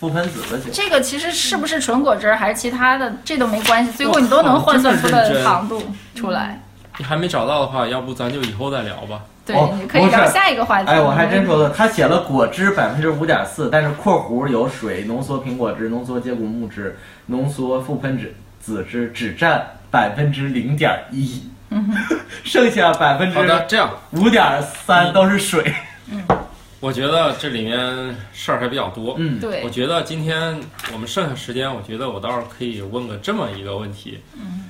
[SPEAKER 4] 覆盆子的酒，
[SPEAKER 3] 这个其实是不是纯果汁儿还是其他的，这都没关系，最后你都能换算出
[SPEAKER 2] 哇这么认
[SPEAKER 3] 个
[SPEAKER 2] 真
[SPEAKER 3] 糖度出来。
[SPEAKER 2] 你还没找到的话，要不咱就以后再聊吧。
[SPEAKER 3] 对
[SPEAKER 4] 哦，
[SPEAKER 3] 你可以聊下一个话题。
[SPEAKER 4] 哎，我还真说了，他写了果汁百分之五点四，但是括弧有水、浓缩苹果汁、浓缩接骨木汁、浓缩覆盆子子汁只占百分之零点一，剩下百分之
[SPEAKER 2] 嗯好的，这样
[SPEAKER 4] 五点三都是水。
[SPEAKER 2] 我觉得这里面事儿还比较多。
[SPEAKER 4] 嗯，
[SPEAKER 2] 我
[SPEAKER 3] 对，
[SPEAKER 2] 觉得今天我们剩下时间，我觉得我倒是可以问个这么一个问题。嗯，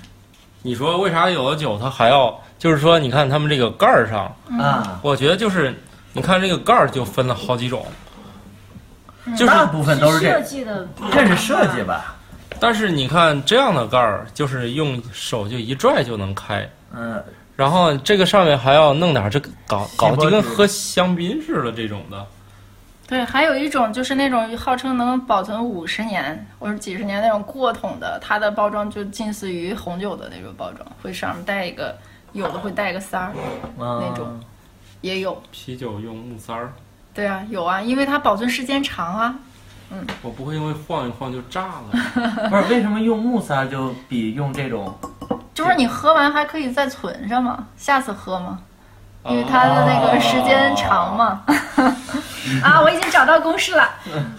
[SPEAKER 2] 你说为啥有的酒它还要，就是说你看他们这个盖儿上，
[SPEAKER 4] 啊，
[SPEAKER 2] 我觉得就是你看这个盖儿就分了好几种，就是
[SPEAKER 4] 大部分都是
[SPEAKER 6] 设
[SPEAKER 4] 这，
[SPEAKER 6] 计的不一样
[SPEAKER 4] 这是设计吧？
[SPEAKER 2] 但是你看这样的盖儿，就是用手就一拽就能开，
[SPEAKER 4] 嗯，
[SPEAKER 2] 然后这个上面还要弄点儿这个搞搞得就
[SPEAKER 4] 锡箔
[SPEAKER 2] 跟
[SPEAKER 4] 纸
[SPEAKER 2] 喝香槟似的这种的，
[SPEAKER 3] 对，还有一种就是那种号称能保存五十年或者几十年那种过桶的，它的包装就近似于红酒的那种包装，会上面带一个，有的会带一个塞儿，
[SPEAKER 4] 那
[SPEAKER 3] 种也有。
[SPEAKER 2] 啤酒用木塞儿，
[SPEAKER 3] 对啊，有啊，因为它保存时间长啊。
[SPEAKER 2] 我不会因为晃一晃就炸了。
[SPEAKER 4] [laughs] 不是为什么用木塞儿就比用这种
[SPEAKER 3] 就是你喝完还可以再存上嘛，下次喝嘛，因为它的那个时间长嘛。 [laughs] 啊，我已经找到公式了，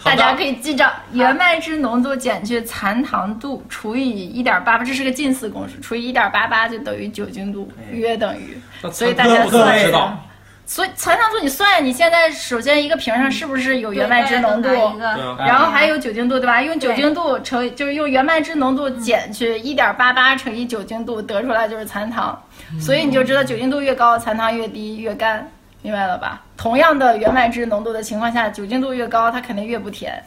[SPEAKER 3] 大家可以记着：原麦汁浓度减去残糖度除以一点八八，这是个近似公式，除以一点八八就等于酒精度，约等于。
[SPEAKER 2] 那
[SPEAKER 3] 所以
[SPEAKER 2] 咱
[SPEAKER 3] 大家
[SPEAKER 2] 都不
[SPEAKER 3] 算一
[SPEAKER 2] 知道
[SPEAKER 3] 下。所以残糖度你算，你现在首先一个瓶上是不是有原麦汁浓度？
[SPEAKER 6] 对大家都拿一
[SPEAKER 2] 对
[SPEAKER 6] 个
[SPEAKER 2] 啊，
[SPEAKER 3] 然后还有酒精度，对吧？用酒精度乘以，就是用原麦汁浓度减去一点八八乘以酒精度，得出来就是残糖。所以你就知道酒精度越高，残糖越低，越干，明白了吧？同样的原麦汁浓度的情况下，酒精度越高，它肯定越不甜。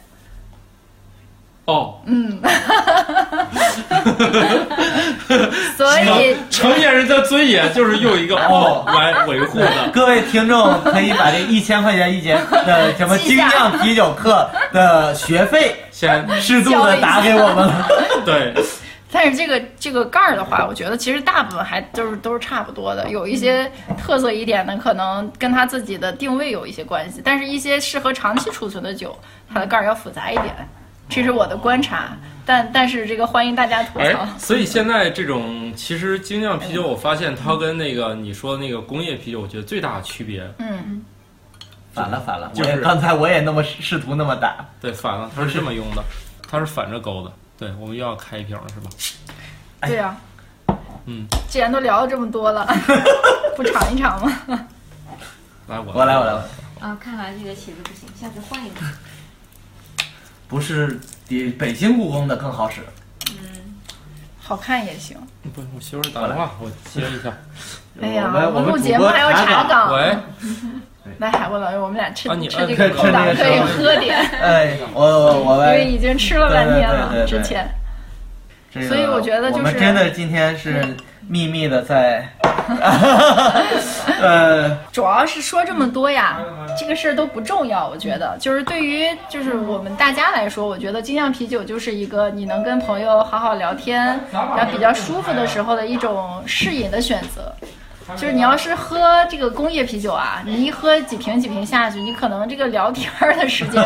[SPEAKER 2] 哦，
[SPEAKER 3] 所以
[SPEAKER 2] 成年人的尊严就是用一个哦来维
[SPEAKER 3] [laughs]
[SPEAKER 2] 护的。
[SPEAKER 4] 各位听众可以把这一千块钱一节的什么精酿啤酒课的学费
[SPEAKER 2] [laughs] 先
[SPEAKER 4] 适度的打给我们
[SPEAKER 3] [laughs]
[SPEAKER 4] 了。
[SPEAKER 2] 对，
[SPEAKER 3] 但是这个这个盖儿的话，我觉得其实大部分还都是都是差不多的，有一些特色一点的，可能跟它自己的定位有一些关系，但是一些适合长期储存的酒，它的盖儿要复杂一点，这是我的观察。但但是这个欢迎大家吐
[SPEAKER 2] 哎
[SPEAKER 3] 槽。，
[SPEAKER 2] 所以现在这种其实精酿啤酒，我发现它跟那个你说的那个工业啤酒，我觉得最大的区别，
[SPEAKER 3] 嗯，
[SPEAKER 4] 反了反了，
[SPEAKER 2] 就
[SPEAKER 4] 我
[SPEAKER 2] 是
[SPEAKER 4] 也刚才我也那么试试图那么打，
[SPEAKER 2] 对，反了，它是这么用
[SPEAKER 3] [laughs]
[SPEAKER 2] 的，它是反着勾的。对，我们又要开一瓶了，是吧？
[SPEAKER 4] 哎
[SPEAKER 3] 对呀、
[SPEAKER 2] 嗯，
[SPEAKER 3] 既然都聊了这么
[SPEAKER 4] [laughs]
[SPEAKER 3] 多了，不尝一尝吗？
[SPEAKER 2] 来，我
[SPEAKER 4] 我来我来，
[SPEAKER 6] 啊，看来这个起子不行，下次换一个。
[SPEAKER 4] 不是比北京故宫的更好使，
[SPEAKER 3] 好看也行。
[SPEAKER 2] 嗯不，我媳妇儿打电话，我接一下。
[SPEAKER 3] 哎呀，
[SPEAKER 4] 我们
[SPEAKER 3] 我
[SPEAKER 4] 们
[SPEAKER 3] 录
[SPEAKER 4] 主
[SPEAKER 3] 节目
[SPEAKER 4] 播
[SPEAKER 3] 还要查
[SPEAKER 4] 岗，
[SPEAKER 3] 岗。
[SPEAKER 2] 喂，
[SPEAKER 3] 来，海波老师，我们俩趁、
[SPEAKER 4] 哦
[SPEAKER 2] 啊你
[SPEAKER 3] 趁这
[SPEAKER 2] 呃
[SPEAKER 3] 个空档
[SPEAKER 4] 趁这
[SPEAKER 3] 可
[SPEAKER 4] 个
[SPEAKER 3] 以
[SPEAKER 4] 时候
[SPEAKER 3] 喝点，
[SPEAKER 4] 哎，我我我
[SPEAKER 3] 因为
[SPEAKER 4] 们
[SPEAKER 3] 已经吃了半天了。
[SPEAKER 4] 对对对对对
[SPEAKER 3] 之前
[SPEAKER 4] 这个，
[SPEAKER 3] 所以我觉得就是
[SPEAKER 4] 我们真的今天是秘密的
[SPEAKER 3] [laughs]
[SPEAKER 4] 在，呃，
[SPEAKER 3] 主要是说这么多呀，
[SPEAKER 4] 嗯
[SPEAKER 3] 这个事儿都不重要。我觉得，就是对于就是我们大家来说，我觉得精酿啤酒就是一个你能跟朋友好好聊天，然后比较舒服的时候的一种适饮的选择。就是你要是喝这个工业啤酒啊，你一喝几瓶几瓶下去，你可能这个聊天儿的时
[SPEAKER 4] [laughs]
[SPEAKER 3] 间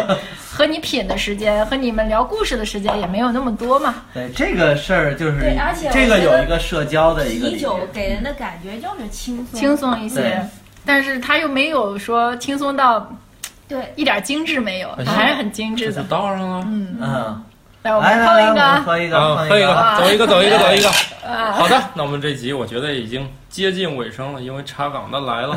[SPEAKER 3] 和你品的时间和你们聊故事的时间也没有那么多嘛。
[SPEAKER 4] 对这个事儿就是
[SPEAKER 6] 对而且我
[SPEAKER 4] 这个
[SPEAKER 6] 觉得
[SPEAKER 4] 有一个社交的一个
[SPEAKER 6] 啤
[SPEAKER 4] 理
[SPEAKER 6] 酒
[SPEAKER 4] 念
[SPEAKER 6] 给人的感觉就是轻松，
[SPEAKER 3] 轻松一
[SPEAKER 4] 对
[SPEAKER 3] 些，但是它又没有说轻松到
[SPEAKER 6] 对，
[SPEAKER 3] 一点精致没有，它还是很精致
[SPEAKER 2] 这就
[SPEAKER 3] 的。
[SPEAKER 2] 到上了。
[SPEAKER 3] 嗯，
[SPEAKER 4] 嗯，
[SPEAKER 3] 来我
[SPEAKER 4] 来
[SPEAKER 3] 们
[SPEAKER 4] 来
[SPEAKER 3] 碰
[SPEAKER 4] 来，
[SPEAKER 3] 一
[SPEAKER 4] 我
[SPEAKER 3] 个
[SPEAKER 4] 们
[SPEAKER 3] 啊，
[SPEAKER 4] 喝一个，
[SPEAKER 2] 啊，喝一个，
[SPEAKER 3] 啊
[SPEAKER 2] 走一个，走一个，走
[SPEAKER 3] [laughs]
[SPEAKER 2] 一个。
[SPEAKER 3] 啊
[SPEAKER 2] 好的，那我们这集我觉得已经接近尾声了，因为查岗的来了。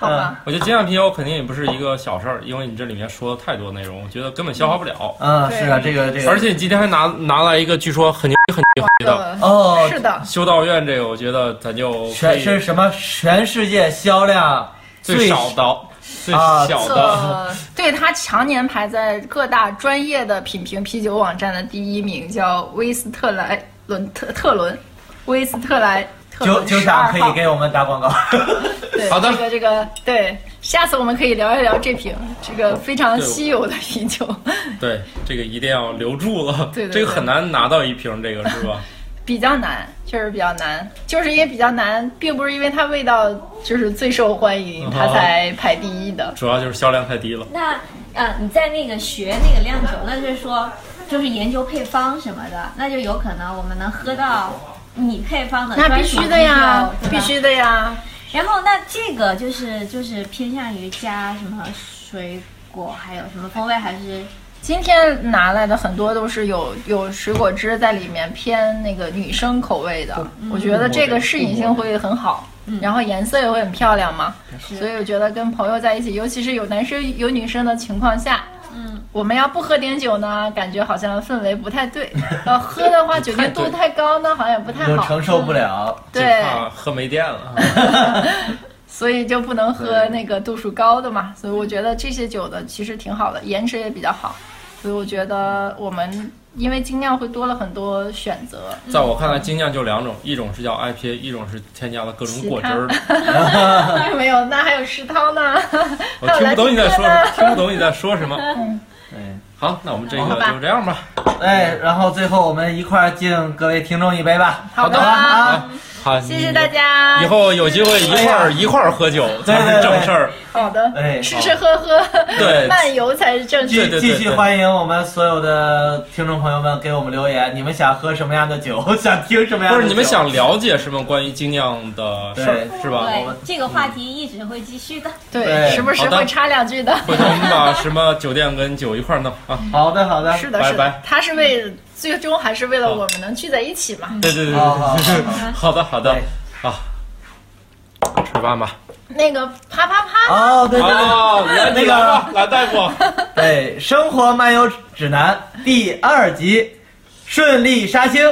[SPEAKER 3] 好吧，
[SPEAKER 2] 我觉得精酿啤酒肯定也不是一个小事儿，因为你这里面说了太多内容，我觉得根本消化不了。
[SPEAKER 4] 嗯，是啊，这个这个，
[SPEAKER 2] 而且你今天还拿拿来一个，据说很牛逼很牛逼的
[SPEAKER 3] 呃
[SPEAKER 4] 嗯哦，
[SPEAKER 3] 是的，
[SPEAKER 2] 修道院，这个我觉得咱就可
[SPEAKER 4] 全
[SPEAKER 2] 以
[SPEAKER 4] 是什么？全世界销量
[SPEAKER 2] 最少的、最
[SPEAKER 4] 啊
[SPEAKER 2] 小的。
[SPEAKER 3] 呃，对它常年排在各大专业的品评啤酒网站的第一名，叫威斯特莱伦特特伦，威斯特莱特
[SPEAKER 4] 酒
[SPEAKER 3] 伦
[SPEAKER 4] 酒
[SPEAKER 3] 十
[SPEAKER 4] 厂
[SPEAKER 3] 二
[SPEAKER 4] 可以
[SPEAKER 3] 号。
[SPEAKER 4] 给我们打广告。
[SPEAKER 3] 对，
[SPEAKER 2] 好的
[SPEAKER 3] 这个这个对，下次我们可以聊一聊这瓶这个非常稀有的啤酒。
[SPEAKER 2] 对，这个一定要留住了，
[SPEAKER 3] 对对对
[SPEAKER 2] 这个很难拿到一瓶，这个
[SPEAKER 3] [laughs]
[SPEAKER 2] 是吧？
[SPEAKER 3] 比较难，确实比较难，就是因为比较难，并不是因为它味道就是最受欢
[SPEAKER 4] 嗯
[SPEAKER 3] 迎，它才排第一的。
[SPEAKER 2] 主要就是销量太低了。
[SPEAKER 6] 那呃，你在那个学那个酿酒，那是说就是研究配方什么的，那就有可能我们能喝到你配方的
[SPEAKER 3] 那
[SPEAKER 6] 专
[SPEAKER 3] 必
[SPEAKER 6] 属
[SPEAKER 3] 须的呀
[SPEAKER 6] 啤酒，
[SPEAKER 3] 必。
[SPEAKER 6] 对吧
[SPEAKER 3] 须的呀。
[SPEAKER 6] 然后那这个就是就是偏向于加什么水果，还有什么风味，还是
[SPEAKER 3] 今天拿来的很多都是有有水果汁在里面，偏那个女生口味的。我觉得这个适饮性会很好，然后颜色也会很漂亮嘛。所以我觉得跟朋友在一起，尤其是有男生有女生的情况下。
[SPEAKER 6] 嗯，
[SPEAKER 3] 我们要不喝点酒呢，感觉好像氛围不太对；要喝的话，酒精度太高呢，好像也不太
[SPEAKER 4] 就
[SPEAKER 3] 好。嗯
[SPEAKER 4] 承受不了。
[SPEAKER 2] 就
[SPEAKER 3] 对，嗯
[SPEAKER 2] 怕喝没电了。
[SPEAKER 3] 所以就不能喝那个度数高的嘛。所以我觉得这些酒的其实挺好的，颜值也比较好。所以我觉得我们因为精酿会多了很多选
[SPEAKER 2] [laughs]
[SPEAKER 3] 择，
[SPEAKER 2] 在我看来，精酿就两种，一种是叫 IPA，一种是添加了各种果
[SPEAKER 3] [laughs]
[SPEAKER 2] 汁儿的。
[SPEAKER 3] 那没有，那还有食堂呢。
[SPEAKER 2] 我听不懂你在
[SPEAKER 3] [laughs]
[SPEAKER 2] 说什么，听不懂你在说什么。
[SPEAKER 4] 对，
[SPEAKER 2] 好，那我们这
[SPEAKER 3] 好
[SPEAKER 2] 个
[SPEAKER 3] 吧
[SPEAKER 2] 就这样吧。
[SPEAKER 4] 哎，然后最后我们一块儿敬各位听众一杯吧。
[SPEAKER 3] 好的
[SPEAKER 4] 啊，
[SPEAKER 2] 好，
[SPEAKER 3] 谢谢大。家
[SPEAKER 2] 以。后有机会一块
[SPEAKER 4] 哎呀
[SPEAKER 2] 儿一块儿喝酒才
[SPEAKER 4] 对
[SPEAKER 2] 是
[SPEAKER 4] 对对
[SPEAKER 2] 正事儿。
[SPEAKER 3] 好的，
[SPEAKER 4] 哎，
[SPEAKER 3] 吃吃喝喝，[laughs]
[SPEAKER 2] 对
[SPEAKER 3] 漫游才是正
[SPEAKER 4] 继
[SPEAKER 3] 确。
[SPEAKER 2] 对对对
[SPEAKER 4] 继续欢迎我们所有的听众朋友们给我们留言，你们想喝什么样的酒，想听什么样
[SPEAKER 2] 不
[SPEAKER 4] 的酒？
[SPEAKER 2] 是你们想了解什么关于精酿的事儿
[SPEAKER 4] 对
[SPEAKER 2] 是吧？
[SPEAKER 6] 对这个话题一直会继续的。
[SPEAKER 3] 对，
[SPEAKER 4] 对
[SPEAKER 3] 时不时
[SPEAKER 2] 哎好的
[SPEAKER 3] 会插两句的。
[SPEAKER 2] 回头我们把什么酒店跟酒一块儿弄啊。
[SPEAKER 4] 好的，好的，
[SPEAKER 3] 是的，
[SPEAKER 2] 拜
[SPEAKER 3] 是的
[SPEAKER 2] 拜，
[SPEAKER 3] 他是为最终还是为了
[SPEAKER 2] 好
[SPEAKER 3] 我们能聚在一起嘛。
[SPEAKER 2] 对对对
[SPEAKER 4] 好好好
[SPEAKER 2] 对， [laughs] 好的好的
[SPEAKER 4] 对
[SPEAKER 2] 啊，吃饭吧。
[SPEAKER 3] 那个啪啪啪，
[SPEAKER 4] 哦，对对对
[SPEAKER 2] 哦，来
[SPEAKER 4] 那个
[SPEAKER 2] 来吧来大夫，
[SPEAKER 4] 对，《生活漫游指南》第二集，顺利杀青。